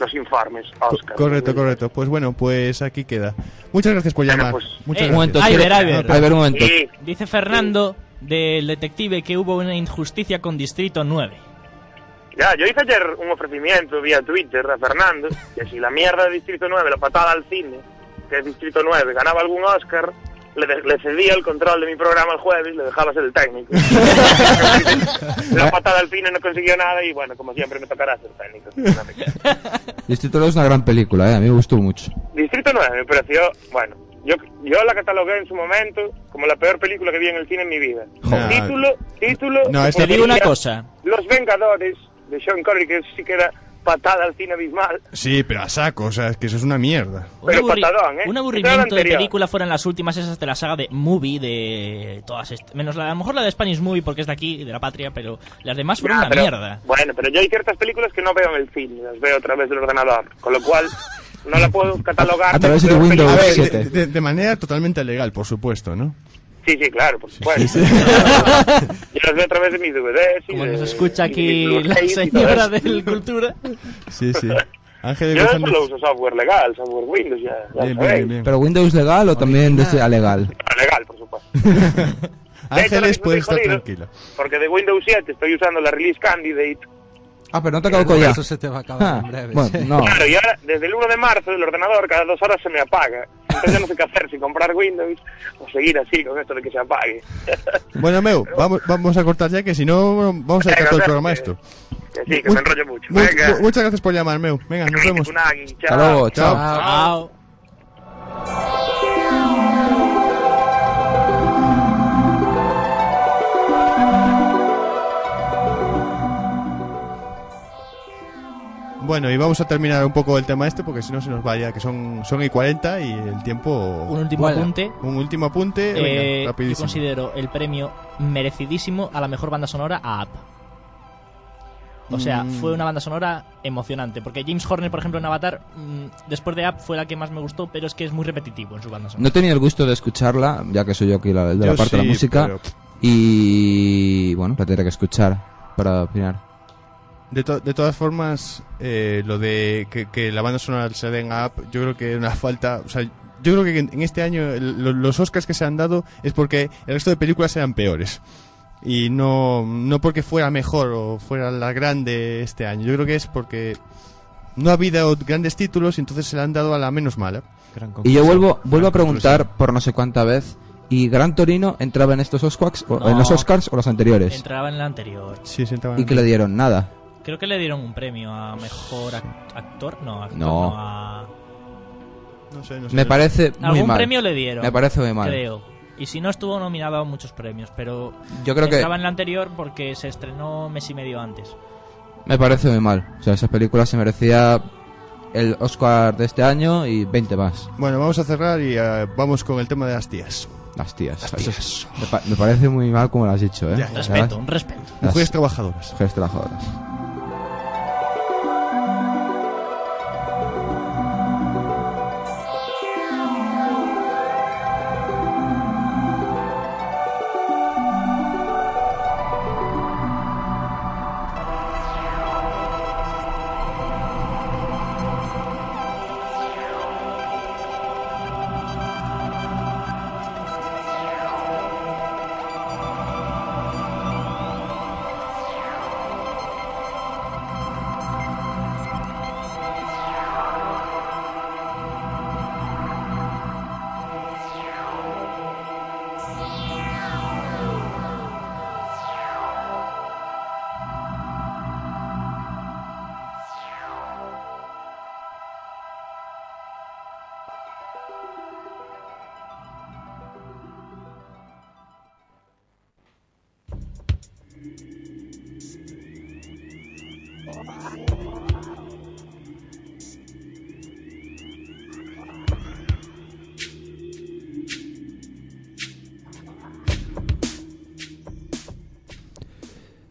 Speaker 10: los informes
Speaker 3: Co-
Speaker 10: Oscars.
Speaker 3: correcto, correcto. Pues bueno, pues aquí queda. Muchas gracias por
Speaker 10: Bueno,
Speaker 3: llamar.
Speaker 10: pues-
Speaker 3: Muchas
Speaker 6: Eh,
Speaker 3: gracias.
Speaker 6: momento, Ay, quiero- ver, ay, ver.
Speaker 4: A ver, un momento.
Speaker 10: Sí,
Speaker 6: Dice Fernando, del detective, que hubo una injusticia con Distrito 9.
Speaker 10: ya, yo hice ayer un ofrecimiento vía Twitter a Fernando que si la mierda de Distrito 9, la patada al cine, que es Distrito 9, ganaba algún Oscar, le, de- le cedía el control de mi programa el jueves, le dejaba ser el técnico. la patada al cine no consiguió nada y bueno, como siempre me tocará ser técnico. No me quejo.
Speaker 5: este
Speaker 4: Distrito 2 es una gran película, ¿eh? A mí me gustó mucho.
Speaker 10: Distrito 9 me pareció, bueno, yo, yo la catalogué en su momento como la peor película que vi en el cine en mi vida.
Speaker 3: Joder.
Speaker 10: Título, título...
Speaker 3: No,
Speaker 10: que
Speaker 3: esta-
Speaker 6: Te digo una
Speaker 10: podría-
Speaker 6: cosa.
Speaker 10: Los Vengadores, de Sean Connery, que sí que era patada al cine abismal.
Speaker 3: Sí, pero a saco, o sea, es que eso es una mierda.
Speaker 6: Un,
Speaker 10: Pero
Speaker 6: un
Speaker 10: patadón, ¿eh? Esa era
Speaker 6: aburrimiento
Speaker 10: la
Speaker 6: de
Speaker 10: anterior.
Speaker 6: película fueron las últimas esas de la saga de movie de todas estas, menos la, a lo mejor la de Spanish Movie porque es de aquí de la patria pero las demás fueron una
Speaker 10: Nah, Ah, pero-
Speaker 6: mierda
Speaker 10: Bueno, pero yo hay ciertas películas que no veo en el cine, las veo a través del ordenador, con lo cual no la puedo catalogar.
Speaker 4: A través de
Speaker 10: como peor
Speaker 4: Windows. A
Speaker 10: película.
Speaker 4: ver,
Speaker 3: de,
Speaker 4: siete.
Speaker 3: de- de manera totalmente legal, por supuesto, ¿no?
Speaker 10: Sí, sí, claro, por supuesto. yo las veo a través de mis DVDs. y
Speaker 6: como
Speaker 10: de-
Speaker 6: nos escucha
Speaker 10: y de mis
Speaker 6: aquí la
Speaker 10: Blu-rays y todo
Speaker 6: señora
Speaker 10: eso.
Speaker 6: del cultura
Speaker 3: Sí, sí. Ángel de
Speaker 10: Yo
Speaker 3: González.
Speaker 10: solo uso software legal, software Windows, ya, ya
Speaker 3: Bien,
Speaker 10: sabéis.
Speaker 3: bien, bien.
Speaker 4: ¿Pero Windows legal o también desde alegal?
Speaker 10: Ah, Legal, por supuesto. De hecho, ahora
Speaker 3: Ángeles
Speaker 10: mismo
Speaker 3: puede estar
Speaker 10: estoy jodido,
Speaker 3: tranquila.
Speaker 10: Porque de Windows 7 estoy usando la release candidate
Speaker 4: Ah, pero no te acabo ya.
Speaker 2: Eso se te va a acabar
Speaker 4: Ah,
Speaker 2: en breve.
Speaker 4: bueno, no.
Speaker 10: Claro, y ahora, desde el 1 de marzo, el ordenador cada dos horas se me apaga. Entonces ya no sé qué hacer, si comprar Windows o seguir así con esto de que se apague.
Speaker 3: Bueno, Meu, vamos, vamos a cortar ya, que si no, vamos a dejar todo
Speaker 10: Venga,
Speaker 3: el
Speaker 10: gracias.
Speaker 3: programa esto.
Speaker 10: Que sí, que
Speaker 3: Mu-
Speaker 10: me enrollo mucho.
Speaker 3: mu-
Speaker 10: Venga,
Speaker 3: mu- muchas gracias por llamar, Meu. Venga, nos vemos.
Speaker 10: Tsunagi,
Speaker 4: Hasta
Speaker 10: chao.
Speaker 4: luego, chao.
Speaker 5: Ah,
Speaker 6: Ah, Au.
Speaker 3: Bueno, y vamos a terminar un poco el tema este porque si no se nos vaya, que son, son y 40 y el tiempo...
Speaker 6: Un último
Speaker 3: vuela.
Speaker 6: apunte.
Speaker 3: Un último apunte,
Speaker 6: Eh,
Speaker 3: venga,
Speaker 6: yo
Speaker 3: rapidísimo.
Speaker 6: considero el premio merecidísimo a la mejor banda sonora a Up. O sea,
Speaker 3: Mm.
Speaker 6: fue una banda sonora emocionante. Porque James Horner, por ejemplo, en Avatar, mm, después de Up, fue la que más me gustó, pero es que es muy repetitivo en su banda sonora.
Speaker 5: No he tenido el gusto de escucharla, ya que soy yo aquí la, el de
Speaker 3: Yo
Speaker 5: la parte de
Speaker 3: sí,
Speaker 5: la música.
Speaker 3: pero-
Speaker 5: Y bueno, la tendré que escuchar para opinar.
Speaker 3: De, to- de todas formas, eh, lo de que, que la banda sonora se den a Up, yo creo que es una falta. O sea, yo creo que en en este año el- lo- los Oscars que se han dado es porque el resto de películas eran peores. Y no, no porque fuera mejor o fuera la grande este año. Yo creo que es porque no ha habido grandes títulos y entonces se la han dado a la menos mala.
Speaker 11: Gran
Speaker 5: Y yo
Speaker 11: conclusión,
Speaker 5: vuelvo,
Speaker 11: gran
Speaker 5: vuelvo a
Speaker 11: conclusión.
Speaker 5: preguntar por no sé cuánta vez. ¿Y Gran Torino entraba en estos Oscars o, en los
Speaker 6: No.
Speaker 5: Oscars o los anteriores?
Speaker 6: Entraba en la anterior.
Speaker 3: Sí, se entraban-
Speaker 5: Y que le dieron nada.
Speaker 6: Creo que le dieron un premio a mejor ac- actor. No, actor.
Speaker 5: No.
Speaker 6: No. a-
Speaker 3: No sé, no sé.
Speaker 5: Pues Me parece muy
Speaker 6: Algún
Speaker 5: mal.
Speaker 6: premio le dieron.
Speaker 5: Me parece muy mal.
Speaker 6: Creo. Y si no estuvo nominado a muchos premios, pero
Speaker 5: Yo creo que
Speaker 6: estaba en la anterior porque se estrenó mes y medio antes.
Speaker 5: me parece muy mal. O sea, esa película se merecía el Oscar de este año y 20 más.
Speaker 3: Bueno, vamos a cerrar y eh, vamos con el tema de las tías.
Speaker 5: Las tías.
Speaker 3: Las
Speaker 5: Eso es-
Speaker 3: tías.
Speaker 5: me, pa- me parece muy mal como lo has dicho, ¿eh?
Speaker 3: Ya, ya.
Speaker 5: Las-
Speaker 6: Respeto, un respeto.
Speaker 5: las
Speaker 3: Mujeres trabajadoras.
Speaker 5: mujeres trabajadoras.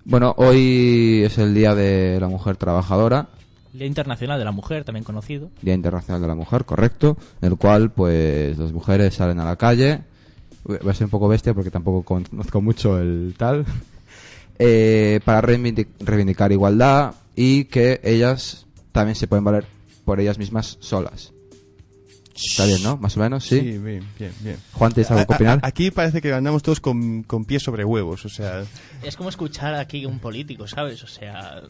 Speaker 5: Bueno, hoy es el Día de la Mujer Trabajadora,
Speaker 6: Día Internacional de la Mujer, también conocido.
Speaker 5: Día Internacional de la Mujer, correcto, en el cual pues las mujeres salen a la calle. Va a ser un poco bestia porque tampoco conozco mucho el tal. Eh, para reivindic- reivindicar igualdad y que ellas también se pueden valer por ellas mismas solas. Está bien, ¿no? Más o menos, sí.
Speaker 3: bien, bien, bien.
Speaker 5: Juan, ¿tienes algo
Speaker 3: A-
Speaker 5: que
Speaker 3: a-
Speaker 5: opinar?
Speaker 3: Aquí parece que andamos todos con, con pies sobre huevos, o sea...
Speaker 6: Es como escuchar aquí un político, ¿sabes? O sea,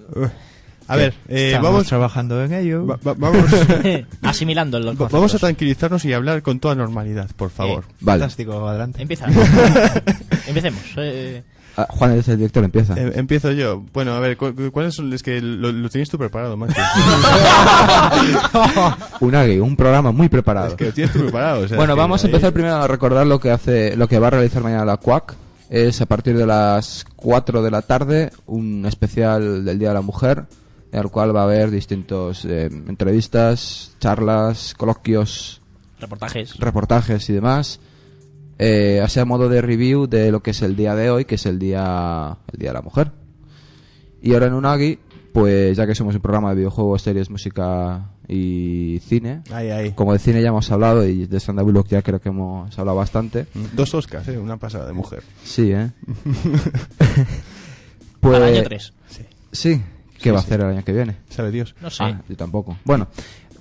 Speaker 3: A ver, eh,
Speaker 11: Estamos
Speaker 3: vamos,
Speaker 11: trabajando en ello.
Speaker 3: va- va- vamos,
Speaker 6: asimilando los
Speaker 3: va-
Speaker 6: conceptos.
Speaker 3: vamos a tranquilizarnos y hablar con toda normalidad, por favor.
Speaker 11: Eh,
Speaker 5: Vale.
Speaker 11: Fantástico, adelante.
Speaker 6: Empieza. Empecemos. eh,
Speaker 5: Ah, Juan es el director, empieza.
Speaker 3: Eh, empiezo yo. Bueno, a ver, cu- cu- ¿cuáles son? Es que lo, lo tienes tú preparado, macho.
Speaker 5: Un agui, un programa muy preparado.
Speaker 3: es que lo tienes tú preparado. o sea,
Speaker 5: Bueno,
Speaker 3: es que
Speaker 5: vamos a
Speaker 3: ahí-
Speaker 5: empezar primero a recordar lo que hace, lo que va a realizar mañana la CUAC. Es a partir de las 4 de la tarde un especial del Día de la Mujer, en el cual va a haber distintos eh, entrevistas, charlas, coloquios,
Speaker 6: reportajes.
Speaker 5: reportajes y demás. Eh, así a modo de review de lo que es el día de hoy, que es el día, el día de la mujer. Y ahora en Unagi, pues ya que somos un programa de videojuegos, series, música y cine,
Speaker 3: Ahí, ahí.
Speaker 5: como de cine ya hemos hablado y de Sandra Bullock ya creo que hemos hablado bastante.
Speaker 3: Dos Oscars, eh, una pasada de mujer.
Speaker 5: Sí, ¿eh? Pues,
Speaker 6: Al año 3.
Speaker 5: Sí, ¿qué
Speaker 3: Sí,
Speaker 5: va a
Speaker 3: sí.
Speaker 5: hacer el año que viene?
Speaker 3: Sabe Dios.
Speaker 6: No sé.
Speaker 5: Ah, yo tampoco. Bueno,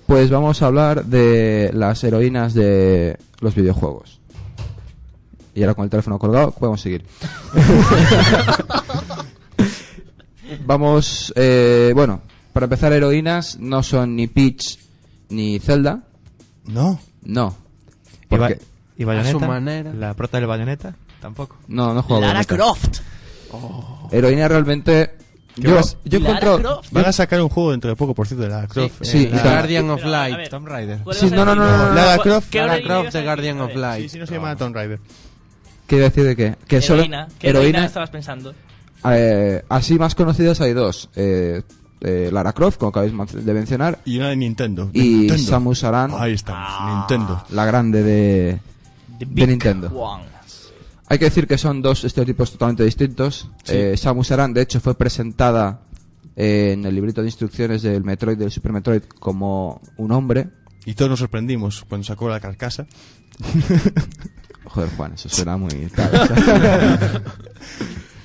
Speaker 5: pues vamos a hablar de las heroínas de los videojuegos. Y ahora con el teléfono colgado podemos seguir. vamos, eh, bueno, para empezar, heroínas no son ni Peach ni Zelda.
Speaker 3: No.
Speaker 5: No.
Speaker 11: ¿Y,
Speaker 5: ¿Por
Speaker 11: ba-
Speaker 5: qué?
Speaker 11: y Bayonetta?
Speaker 2: A su manera.
Speaker 11: ¿La prota del Bayonetta? Tampoco.
Speaker 5: No, no juego.
Speaker 6: Lara
Speaker 5: nunca.
Speaker 6: Croft.
Speaker 5: Heroína realmente. Yo,
Speaker 3: vas?
Speaker 5: yo
Speaker 6: Lara
Speaker 5: encuentro.
Speaker 6: Croft.
Speaker 3: Van a sacar un juego dentro de poco, por cierto, de la Croft.
Speaker 5: Sí,
Speaker 3: eh,
Speaker 5: y
Speaker 3: la-
Speaker 5: tal.
Speaker 2: Guardian of
Speaker 6: Pero, a
Speaker 2: Light.
Speaker 6: ver,
Speaker 11: Tomb Raider.
Speaker 6: ¿cuál
Speaker 5: Sí,
Speaker 6: vas a
Speaker 5: no, no,
Speaker 6: decir?
Speaker 5: no, no, no.
Speaker 3: Lara
Speaker 6: ¿Cu-
Speaker 3: Croft.
Speaker 6: qué
Speaker 2: Lara
Speaker 6: hora
Speaker 2: Croft
Speaker 6: ibas
Speaker 2: de
Speaker 6: a
Speaker 2: Guardian
Speaker 6: decir?
Speaker 2: of
Speaker 6: A ver.
Speaker 2: Light.
Speaker 3: Sí, sí, no se llama Tomb Raider.
Speaker 5: ¿Qué iba a decir de qué? Que solo-
Speaker 6: Heroína. ¿Qué heroína
Speaker 5: heroína-
Speaker 6: estabas pensando?
Speaker 5: eh, así más conocidas hay dos. Eh,
Speaker 4: eh, Lara Croft, como acabáis de mencionar,
Speaker 3: Y una de Nintendo.
Speaker 4: y
Speaker 3: Nintendo.
Speaker 4: Samus Aran,
Speaker 3: Ahí estamos,
Speaker 5: Ah.
Speaker 3: Nintendo.
Speaker 4: la grande de, de Nintendo. Hay que decir que son dos estereotipos totalmente distintos. Eh, Samus Aran, de hecho, fue presentada eh, en el librito de instrucciones del Metroid, del Super Metroid, como un hombre.
Speaker 3: Y todos nos sorprendimos cuando sacó la carcasa.
Speaker 4: Joder, Juan, eso suena muy... tal, o sea.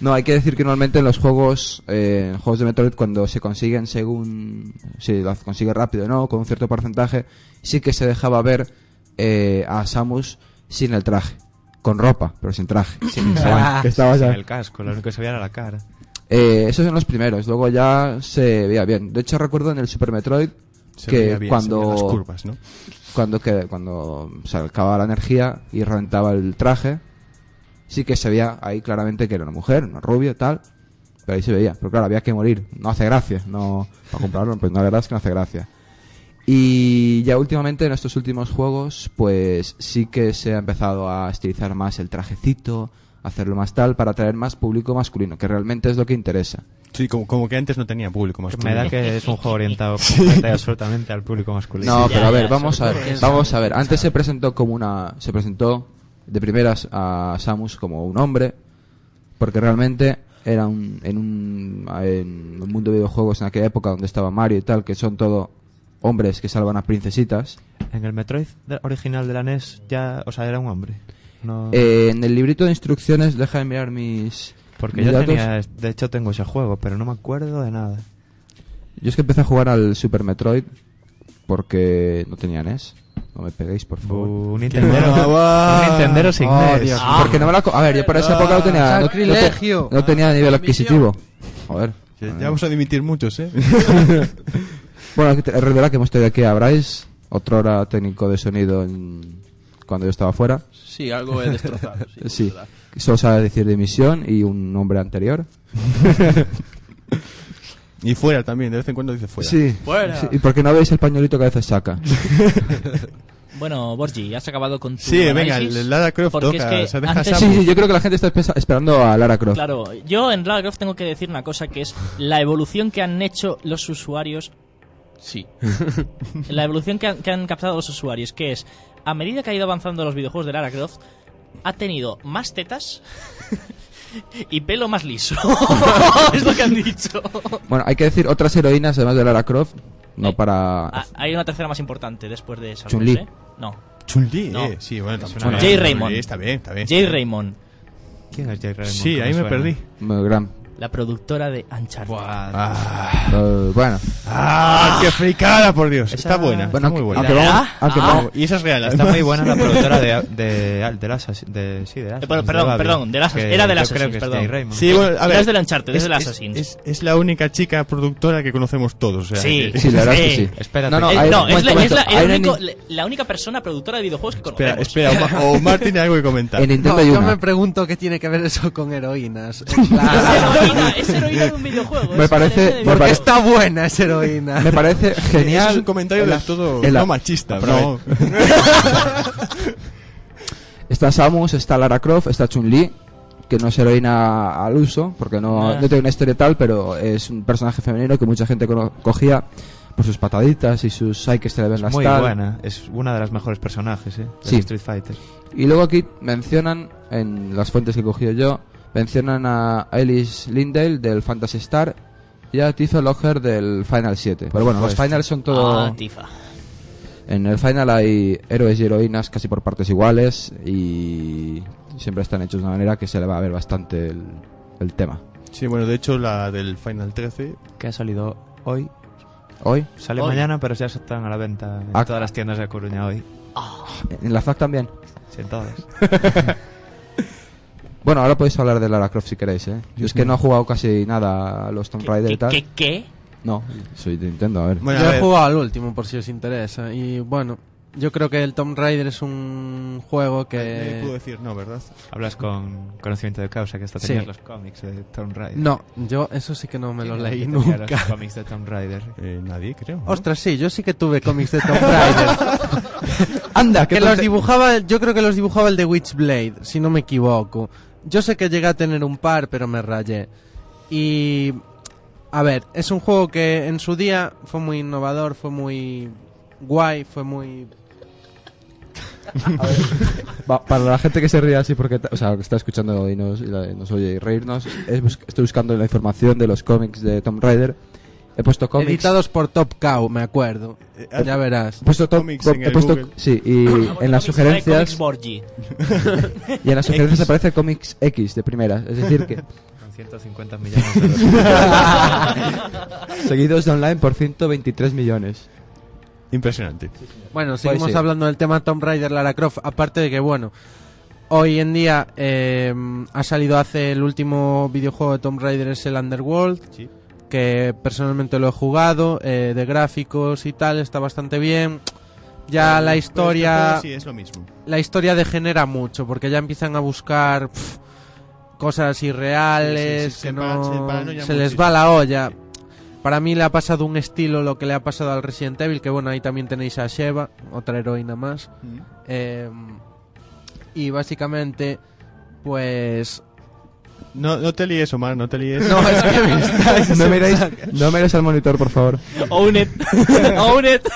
Speaker 4: no, hay que decir que normalmente en los juegos, eh, en juegos de Metroid, cuando se consiguen según... Si las consigue rápido o no, con un cierto porcentaje, sí que se dejaba ver eh, a Samus sin el traje. Con ropa, pero sin traje.
Speaker 5: Ah,
Speaker 3: estaba
Speaker 5: sin
Speaker 3: ya.
Speaker 5: el casco, lo único que se veía era la cara.
Speaker 4: Eh, esos son los primeros, luego ya se veía bien. De hecho, recuerdo en el Super Metroid
Speaker 3: Se
Speaker 4: que
Speaker 3: veía bien, se
Speaker 4: cuando-
Speaker 3: veían las curvas, ¿no?
Speaker 4: cuando, que, cuando se acababa la energía y reventaba el traje, sí que se veía ahí claramente que era una mujer, una rubia, tal. Pero ahí se veía. Pero claro, había que morir. No hace gracia. No, para comprarlo, pues no, la verdad es que no hace gracia. Y ya últimamente, en estos últimos juegos, pues sí que se ha empezado a estilizar más el trajecito, hacerlo más tal, para atraer más público masculino, que realmente es lo que interesa.
Speaker 3: Sí, como, como que antes no tenía público más.
Speaker 5: Me da que es un juego orientado completa y absolutamente al público masculino.
Speaker 4: No,
Speaker 6: ya,
Speaker 4: pero a ver,
Speaker 6: ya,
Speaker 4: vamos a
Speaker 6: sobre
Speaker 4: ver,
Speaker 6: todo
Speaker 4: vamos a ver. Antes se presentó como una, se presentó de primeras a Samus como un hombre, porque realmente era un, en un, en un mundo de videojuegos en aquella época donde estaba Mario y tal, que son todo hombres que salvan a princesitas.
Speaker 5: En el Metroid de- original de la NES ya, o sea, era un hombre. No,
Speaker 4: Eh, en el librito de instrucciones, deja de mirar mis,
Speaker 5: porque
Speaker 4: mis
Speaker 5: yo
Speaker 4: datos.
Speaker 5: tenía, de hecho tengo ese juego, pero no me acuerdo de nada.
Speaker 4: Yo es que empecé a jugar al Super Metroid porque no tenía NES. No me peguéis, por favor.
Speaker 6: Uh,
Speaker 5: Bu- Un Nintendero,
Speaker 3: va, va.
Speaker 5: un Nintendero sin
Speaker 2: Oh,
Speaker 5: NES.
Speaker 2: Dios.
Speaker 6: Ah.
Speaker 4: Porque no me la co- A ver, yo para esa época no tenía. No, no te-
Speaker 2: Sacrilegio.
Speaker 4: no
Speaker 9: Ah,
Speaker 4: tenía nivel adquisitivo. Joder.
Speaker 3: Ya, ya vamos a dimitir muchos, ¿eh?
Speaker 4: Bueno, que te- es verdad que hemos tenido aquí a Bryce, otro hora técnico de sonido en- cuando yo estaba fuera.
Speaker 9: Sí, algo he destrozado. Sí. es
Speaker 4: Sí,
Speaker 9: verdad.
Speaker 4: solo sabe decir de misión y un nombre anterior.
Speaker 3: Y fuera también, de vez en cuando dice fuera.
Speaker 4: Sí.
Speaker 9: Fuera.
Speaker 4: Sí, ¿Y por qué no veis el pañuelito que a veces saca?
Speaker 6: Bueno, Borgi, has acabado con tu
Speaker 3: Sí, venga,
Speaker 6: análisis?
Speaker 3: el Lara Croft
Speaker 6: Porque es
Speaker 3: toca,
Speaker 6: que
Speaker 3: se deja
Speaker 6: antes-
Speaker 3: Samus.
Speaker 4: Sí, sí, yo creo que la gente está espe- esperando a Lara Croft.
Speaker 6: Claro, yo en Lara Croft tengo que decir una cosa que es la evolución que han hecho los usuarios,
Speaker 9: Sí.
Speaker 6: la evolución que han, que han captado los usuarios, que es a medida que ha ido avanzando los videojuegos de Lara Croft, ha tenido más tetas y pelo más liso. es lo que han dicho.
Speaker 4: Bueno, hay que decir otras heroínas además de Lara Croft. No para.
Speaker 6: Ah, hay una tercera más importante después de esa.
Speaker 4: Chun-Li.
Speaker 6: ¿eh? No.
Speaker 3: Chun-Li,
Speaker 6: No.
Speaker 3: eh. Sí, bueno, también.
Speaker 6: una- Jay Raymond.
Speaker 3: Está bien, está bien.
Speaker 6: Jay Raymond,
Speaker 5: ¿Quién es Jake Raymond?
Speaker 3: Sí,
Speaker 5: ¿Cómo
Speaker 3: ahí me
Speaker 5: suena?
Speaker 3: perdí.
Speaker 4: Muy gran.
Speaker 6: la productora de Uncharted.
Speaker 4: Eh, bueno,
Speaker 3: ¡Ah! ¡Qué fricada, por Dios! Está buena,
Speaker 4: Bueno,
Speaker 3: está muy buena.
Speaker 4: aunque vamos. aunque
Speaker 6: Ah.
Speaker 4: vamos-
Speaker 3: Y esa es real.
Speaker 5: Está muy buena la productora de, de, de, las Assass- de, sí, de Assassins,
Speaker 6: perdón,
Speaker 5: de
Speaker 6: Eh, perdón,
Speaker 5: Babylon,
Speaker 6: perdón, de las Assassins,
Speaker 5: que
Speaker 6: era de
Speaker 5: yo
Speaker 6: las
Speaker 5: creo
Speaker 6: Assassins,
Speaker 5: que es
Speaker 6: perdón.
Speaker 5: Jay Raymond.
Speaker 3: Sí, bueno, a ver.
Speaker 6: No es del Uncharted, es del
Speaker 3: es-
Speaker 6: Assassin's.
Speaker 3: Es, es la única chica productora que conocemos todos. o sea,
Speaker 6: Sí.
Speaker 3: que-
Speaker 4: sí, la verdad es que sí.
Speaker 5: Espérate.
Speaker 4: No, no,
Speaker 6: Eh,
Speaker 4: hay-
Speaker 6: no,
Speaker 4: momento,
Speaker 6: es, la, es
Speaker 4: momento.
Speaker 6: la- el
Speaker 4: Hay una
Speaker 6: único-
Speaker 4: ni-
Speaker 6: la- la única persona productora de videojuegos que
Speaker 3: Espera,
Speaker 6: conocemos.
Speaker 3: espera, Omar- o Omar tiene algo que comentar.
Speaker 4: En Nintendo
Speaker 2: No,
Speaker 4: hay
Speaker 2: yo
Speaker 4: una.
Speaker 2: me pregunto qué tiene que ver eso con heroínas. En plan,
Speaker 6: Es heroína, es heroína de un videojuego.
Speaker 4: Me
Speaker 6: es
Speaker 4: parece-
Speaker 6: heroína de
Speaker 4: me
Speaker 2: Porque
Speaker 4: pare-
Speaker 2: está buena esa heroína.
Speaker 4: Me parece genial.
Speaker 3: Eso es un comentario
Speaker 4: el
Speaker 3: del
Speaker 4: af-
Speaker 3: todo
Speaker 4: el
Speaker 3: no
Speaker 4: af-
Speaker 3: machista.
Speaker 4: Otra
Speaker 3: No.
Speaker 4: Está Samus, está Lara Croft, está Chun-Li, que no es heroína al uso, porque no,
Speaker 6: Ah.
Speaker 4: no tiene una historia tal, pero es un personaje femenino que mucha gente cono- cogía por sus pataditas y sus psyches que le ven las
Speaker 5: Muy
Speaker 4: tal.
Speaker 5: buena, es una de las mejores personajes, ¿eh? de
Speaker 4: Sí.
Speaker 5: Street Fighter.
Speaker 4: Y luego aquí mencionan, en las fuentes que he cogido yo, mencionan a Alice Lindale del Fantasy Star y a Tizo Logger del Final 7. Pero bueno, los
Speaker 5: supuesto.
Speaker 4: finals son todo...
Speaker 6: Ah, Tifa.
Speaker 4: En el final hay héroes y heroínas casi por partes iguales y siempre están hechos de una manera que se le va a ver bastante el, el tema.
Speaker 3: Sí, bueno, de hecho, la del Final 13.
Speaker 5: Que ha salido hoy,
Speaker 4: Hoy,
Speaker 5: sale
Speaker 6: Hoy.
Speaker 5: mañana, pero ya están a la venta en
Speaker 4: Ah.
Speaker 5: todas las tiendas de Coruña hoy.
Speaker 4: en la FAC también.
Speaker 5: Sí, en todas.
Speaker 4: Bueno, ahora podéis hablar de Lara Croft si queréis, ¿eh? Yo es que no he jugado casi nada a los Tomb Raider y
Speaker 6: ¿Qué,
Speaker 4: tal.
Speaker 6: qué, qué? Ah,
Speaker 4: No, soy de Nintendo, a ver.
Speaker 3: Bueno, a
Speaker 2: yo he
Speaker 3: ver,
Speaker 2: jugado al último, por si os interesa. Y bueno, yo creo que el Tomb Raider es un juego
Speaker 3: eh, nadie pudo
Speaker 2: que...
Speaker 3: decir no, ¿verdad?
Speaker 5: Hablas con conocimiento de causa, que hasta
Speaker 2: Sí.
Speaker 5: tenías los cómics de Tomb Raider.
Speaker 2: No, yo eso sí que no me lo
Speaker 5: Sí,
Speaker 2: leí
Speaker 5: que tenías
Speaker 2: nunca.
Speaker 5: Los cómics de Tomb Raider.
Speaker 3: Eh, nadie, creo. ¿no?
Speaker 2: Ostras, sí, yo sí que tuve cómics de Tomb Raider.
Speaker 4: Anda,
Speaker 2: que los dibujaba, yo creo que los dibujaba el de Witchblade, si no me equivoco. Yo sé que llegué a tener un par, pero me rayé. Y A ver, es un juego que en su día fue muy innovador, fue muy guay, fue muy...
Speaker 4: Va- para la gente que se ríe así porque ta- o sea, que está escuchando y nos, y la- y nos oye y reírnos, es bus- estoy buscando la información de los cómics de Tom Raider. He puesto cómics.
Speaker 2: Editados por Top Cow, me acuerdo.
Speaker 3: Eh,
Speaker 2: Ya verás.
Speaker 4: He puesto, Tom-
Speaker 3: Cómics
Speaker 4: com-
Speaker 3: en
Speaker 4: he
Speaker 3: el
Speaker 4: puesto-
Speaker 3: Google.
Speaker 4: sí, y en las sugerencias y en las sugerencias aparece cómics X de primeras, es decir que
Speaker 5: Con 150 millones de euros.
Speaker 4: seguidos de online por 123 millones.
Speaker 3: Impresionante.
Speaker 2: Bueno,
Speaker 4: Pues
Speaker 2: seguimos
Speaker 4: sí.
Speaker 2: hablando del tema Tomb Raider Lara Croft. Aparte de que, bueno, hoy en día eh, ha salido hace el último videojuego de Tomb Raider, es el Underworld.
Speaker 3: Sí.
Speaker 2: Que personalmente lo he jugado, eh, de gráficos y tal, está bastante bien. Ya la historia
Speaker 3: Sí, es lo mismo.
Speaker 2: la historia degenera mucho porque ya empiezan a buscar pf, cosas
Speaker 3: Sí, sí,
Speaker 2: irreales
Speaker 3: sí,
Speaker 2: que
Speaker 3: se
Speaker 2: no
Speaker 3: pa- se paranoia
Speaker 2: se les
Speaker 3: muchísimo.
Speaker 2: va la olla. Para mí le ha pasado un estilo lo que le ha pasado al Resident Evil, que bueno, ahí también tenéis a Sheva, otra heroína más.
Speaker 3: Mm.
Speaker 2: Eh, y básicamente, pues...
Speaker 3: No, no te líes, Omar, no te líes.
Speaker 2: No, es que me estáis-
Speaker 4: No miréis, no miréis al monitor, por favor.
Speaker 6: Own it. Own it.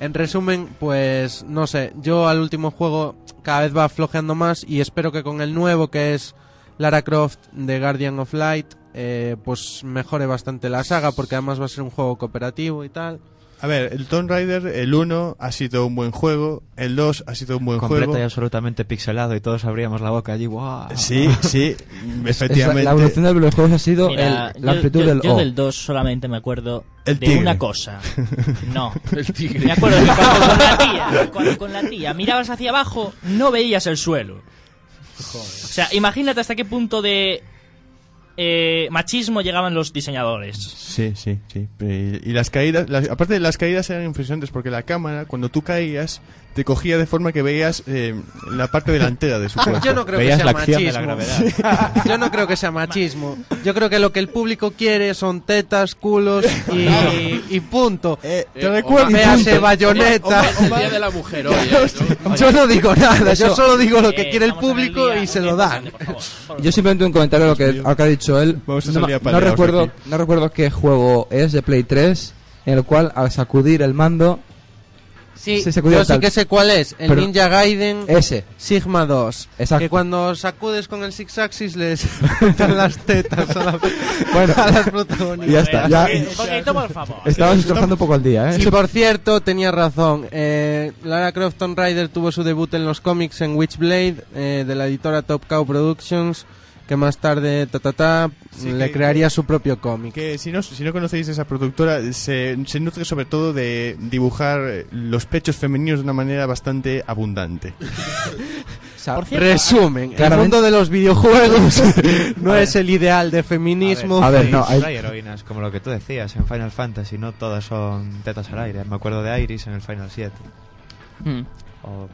Speaker 2: En resumen, pues no sé, yo al último juego cada vez va flojeando más y espero que con el nuevo que es Lara Croft de Guardian of Light, eh, pues mejore bastante la saga porque además va a ser un juego cooperativo y tal.
Speaker 3: A ver, el Tomb Raider, el 1 ha sido un buen juego, el 2 ha sido un buen
Speaker 5: Completo y
Speaker 3: juego.
Speaker 5: absolutamente pixelado y todos abríamos la boca allí. ¡guau!
Speaker 3: Sí, sí,
Speaker 4: Es la,
Speaker 3: efectivamente.
Speaker 4: la evolución de los videojuegos ha sido
Speaker 6: Mira,
Speaker 4: el- la
Speaker 6: yo,
Speaker 4: amplitud
Speaker 6: yo-
Speaker 4: del oh.
Speaker 6: yo
Speaker 4: O.
Speaker 6: del 2 solamente me acuerdo
Speaker 3: El
Speaker 6: de
Speaker 3: tigre.
Speaker 6: una cosa. No.
Speaker 9: El tigre.
Speaker 6: Me acuerdo que cuando con la tía, cuando con la tía mirabas hacia abajo, no veías el suelo. O sea, imagínate hasta qué punto de eh, machismo llegaban los diseñadores.
Speaker 3: Sí, sí, sí. Y y las caídas, las- aparte de las caídas eran impresionantes porque la cámara, cuando tú caías, te cogía de forma que veías eh, la parte delantera de su cuerpo.
Speaker 2: Ah, Yo no creo
Speaker 3: Veías
Speaker 2: que sea
Speaker 3: la acción de la
Speaker 2: machismo.
Speaker 3: gravedad.
Speaker 2: Yo no creo que sea machismo. Yo creo que lo que el público quiere son tetas, culos y, y punto.
Speaker 3: Eh, te
Speaker 9: Eh,
Speaker 3: recuerdo.
Speaker 9: Omar,
Speaker 2: Véase
Speaker 3: punto.
Speaker 2: bayoneta.
Speaker 9: Es el día de la mujer hoy, ¿eh? ¿no?
Speaker 2: Yo no digo nada, yo solo digo lo que
Speaker 6: Eh,
Speaker 2: quiere el
Speaker 6: estamos en
Speaker 2: público
Speaker 6: día
Speaker 2: y se lo dan.
Speaker 6: importante, por favor.
Speaker 4: Yo simplemente un comentario a lo que, a lo que ha dicho él.
Speaker 3: Vamos a
Speaker 4: no,
Speaker 3: salir a
Speaker 4: ma- no
Speaker 3: paliados
Speaker 4: recuerdo,
Speaker 3: aquí.
Speaker 4: no recuerdo qué juego es de Play 3, en el cual al sacudir el mando,
Speaker 2: Sí,
Speaker 4: Sí, se cuida
Speaker 2: yo sí
Speaker 4: tal.
Speaker 2: que sé cuál es. El
Speaker 4: Pero-
Speaker 2: Ninja Gaiden
Speaker 4: ese.
Speaker 2: Sigma 2.
Speaker 4: Exacto.
Speaker 2: Que cuando sacudes con el Six Axis les cortan las tetas a, la-
Speaker 4: Bueno.
Speaker 2: a las
Speaker 4: Y ya
Speaker 2: protagonistas.
Speaker 4: está.
Speaker 6: Eh,
Speaker 4: Ya, Este
Speaker 6: un poquito, por favor.
Speaker 4: estábamos trabajando un poco al día, ¿eh?
Speaker 2: Y por cierto, tenía razón. eh, Lara Croft Tomb Raider tuvo su debut en los cómics en Witchblade eh, de la editora Top Cow Productions, que más tarde ta, ta, ta,
Speaker 3: Sí,
Speaker 2: le
Speaker 3: que-
Speaker 2: crearía su propio cómic.
Speaker 3: Que si no, si no conocéis esa productora, se, se nutre sobre todo de dibujar eh, los pechos femeninos de una manera bastante abundante.
Speaker 4: O sea,
Speaker 6: Por cierto,
Speaker 2: Resumen, el
Speaker 4: Claramente-
Speaker 2: mundo de los videojuegos no es el ideal de feminismo.
Speaker 4: A ver, no,
Speaker 5: hay...
Speaker 4: hay-
Speaker 5: heroínas, como lo que tú decías, en Final Fantasy no todas son tetas al aire. Me acuerdo de Iris en el Final 7.
Speaker 6: Mm.
Speaker 5: O,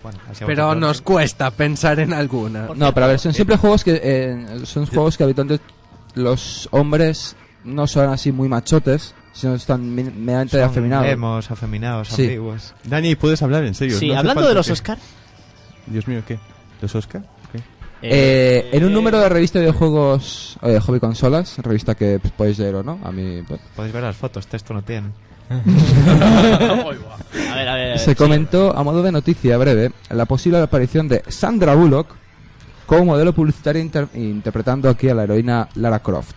Speaker 5: bueno, así
Speaker 2: Pero
Speaker 5: vosotros.
Speaker 2: nos cuesta pensar en alguna.
Speaker 4: No, pero a ver, son siempre juegos que eh, son juegos que habitualmente los hombres no son así muy machotes, sino están mi- medianamente
Speaker 5: Son
Speaker 4: afeminados.
Speaker 5: emos, afeminados,
Speaker 4: Sí.
Speaker 5: ambiguos.
Speaker 3: Dani, ¿puedes hablar en serio?
Speaker 6: Sí,
Speaker 3: No hace
Speaker 6: hablando
Speaker 3: falta
Speaker 6: de los
Speaker 3: que-
Speaker 6: Oscar.
Speaker 3: Dios mío, ¿qué? ¿Los Oscar? ¿Qué?
Speaker 4: Eh, en un número de revista de videojuegos eh, Hobby Consolas, revista que pues, podéis leer o no, a mí pues,
Speaker 5: Podéis ver las fotos, texto no tiene.
Speaker 6: A ver, a ver. a ver,
Speaker 4: se
Speaker 6: Eh, sí.
Speaker 4: comentó a modo de noticia breve la posible aparición de Sandra Bullock como modelo publicitaria inter- interpretando aquí a la heroína Lara Croft.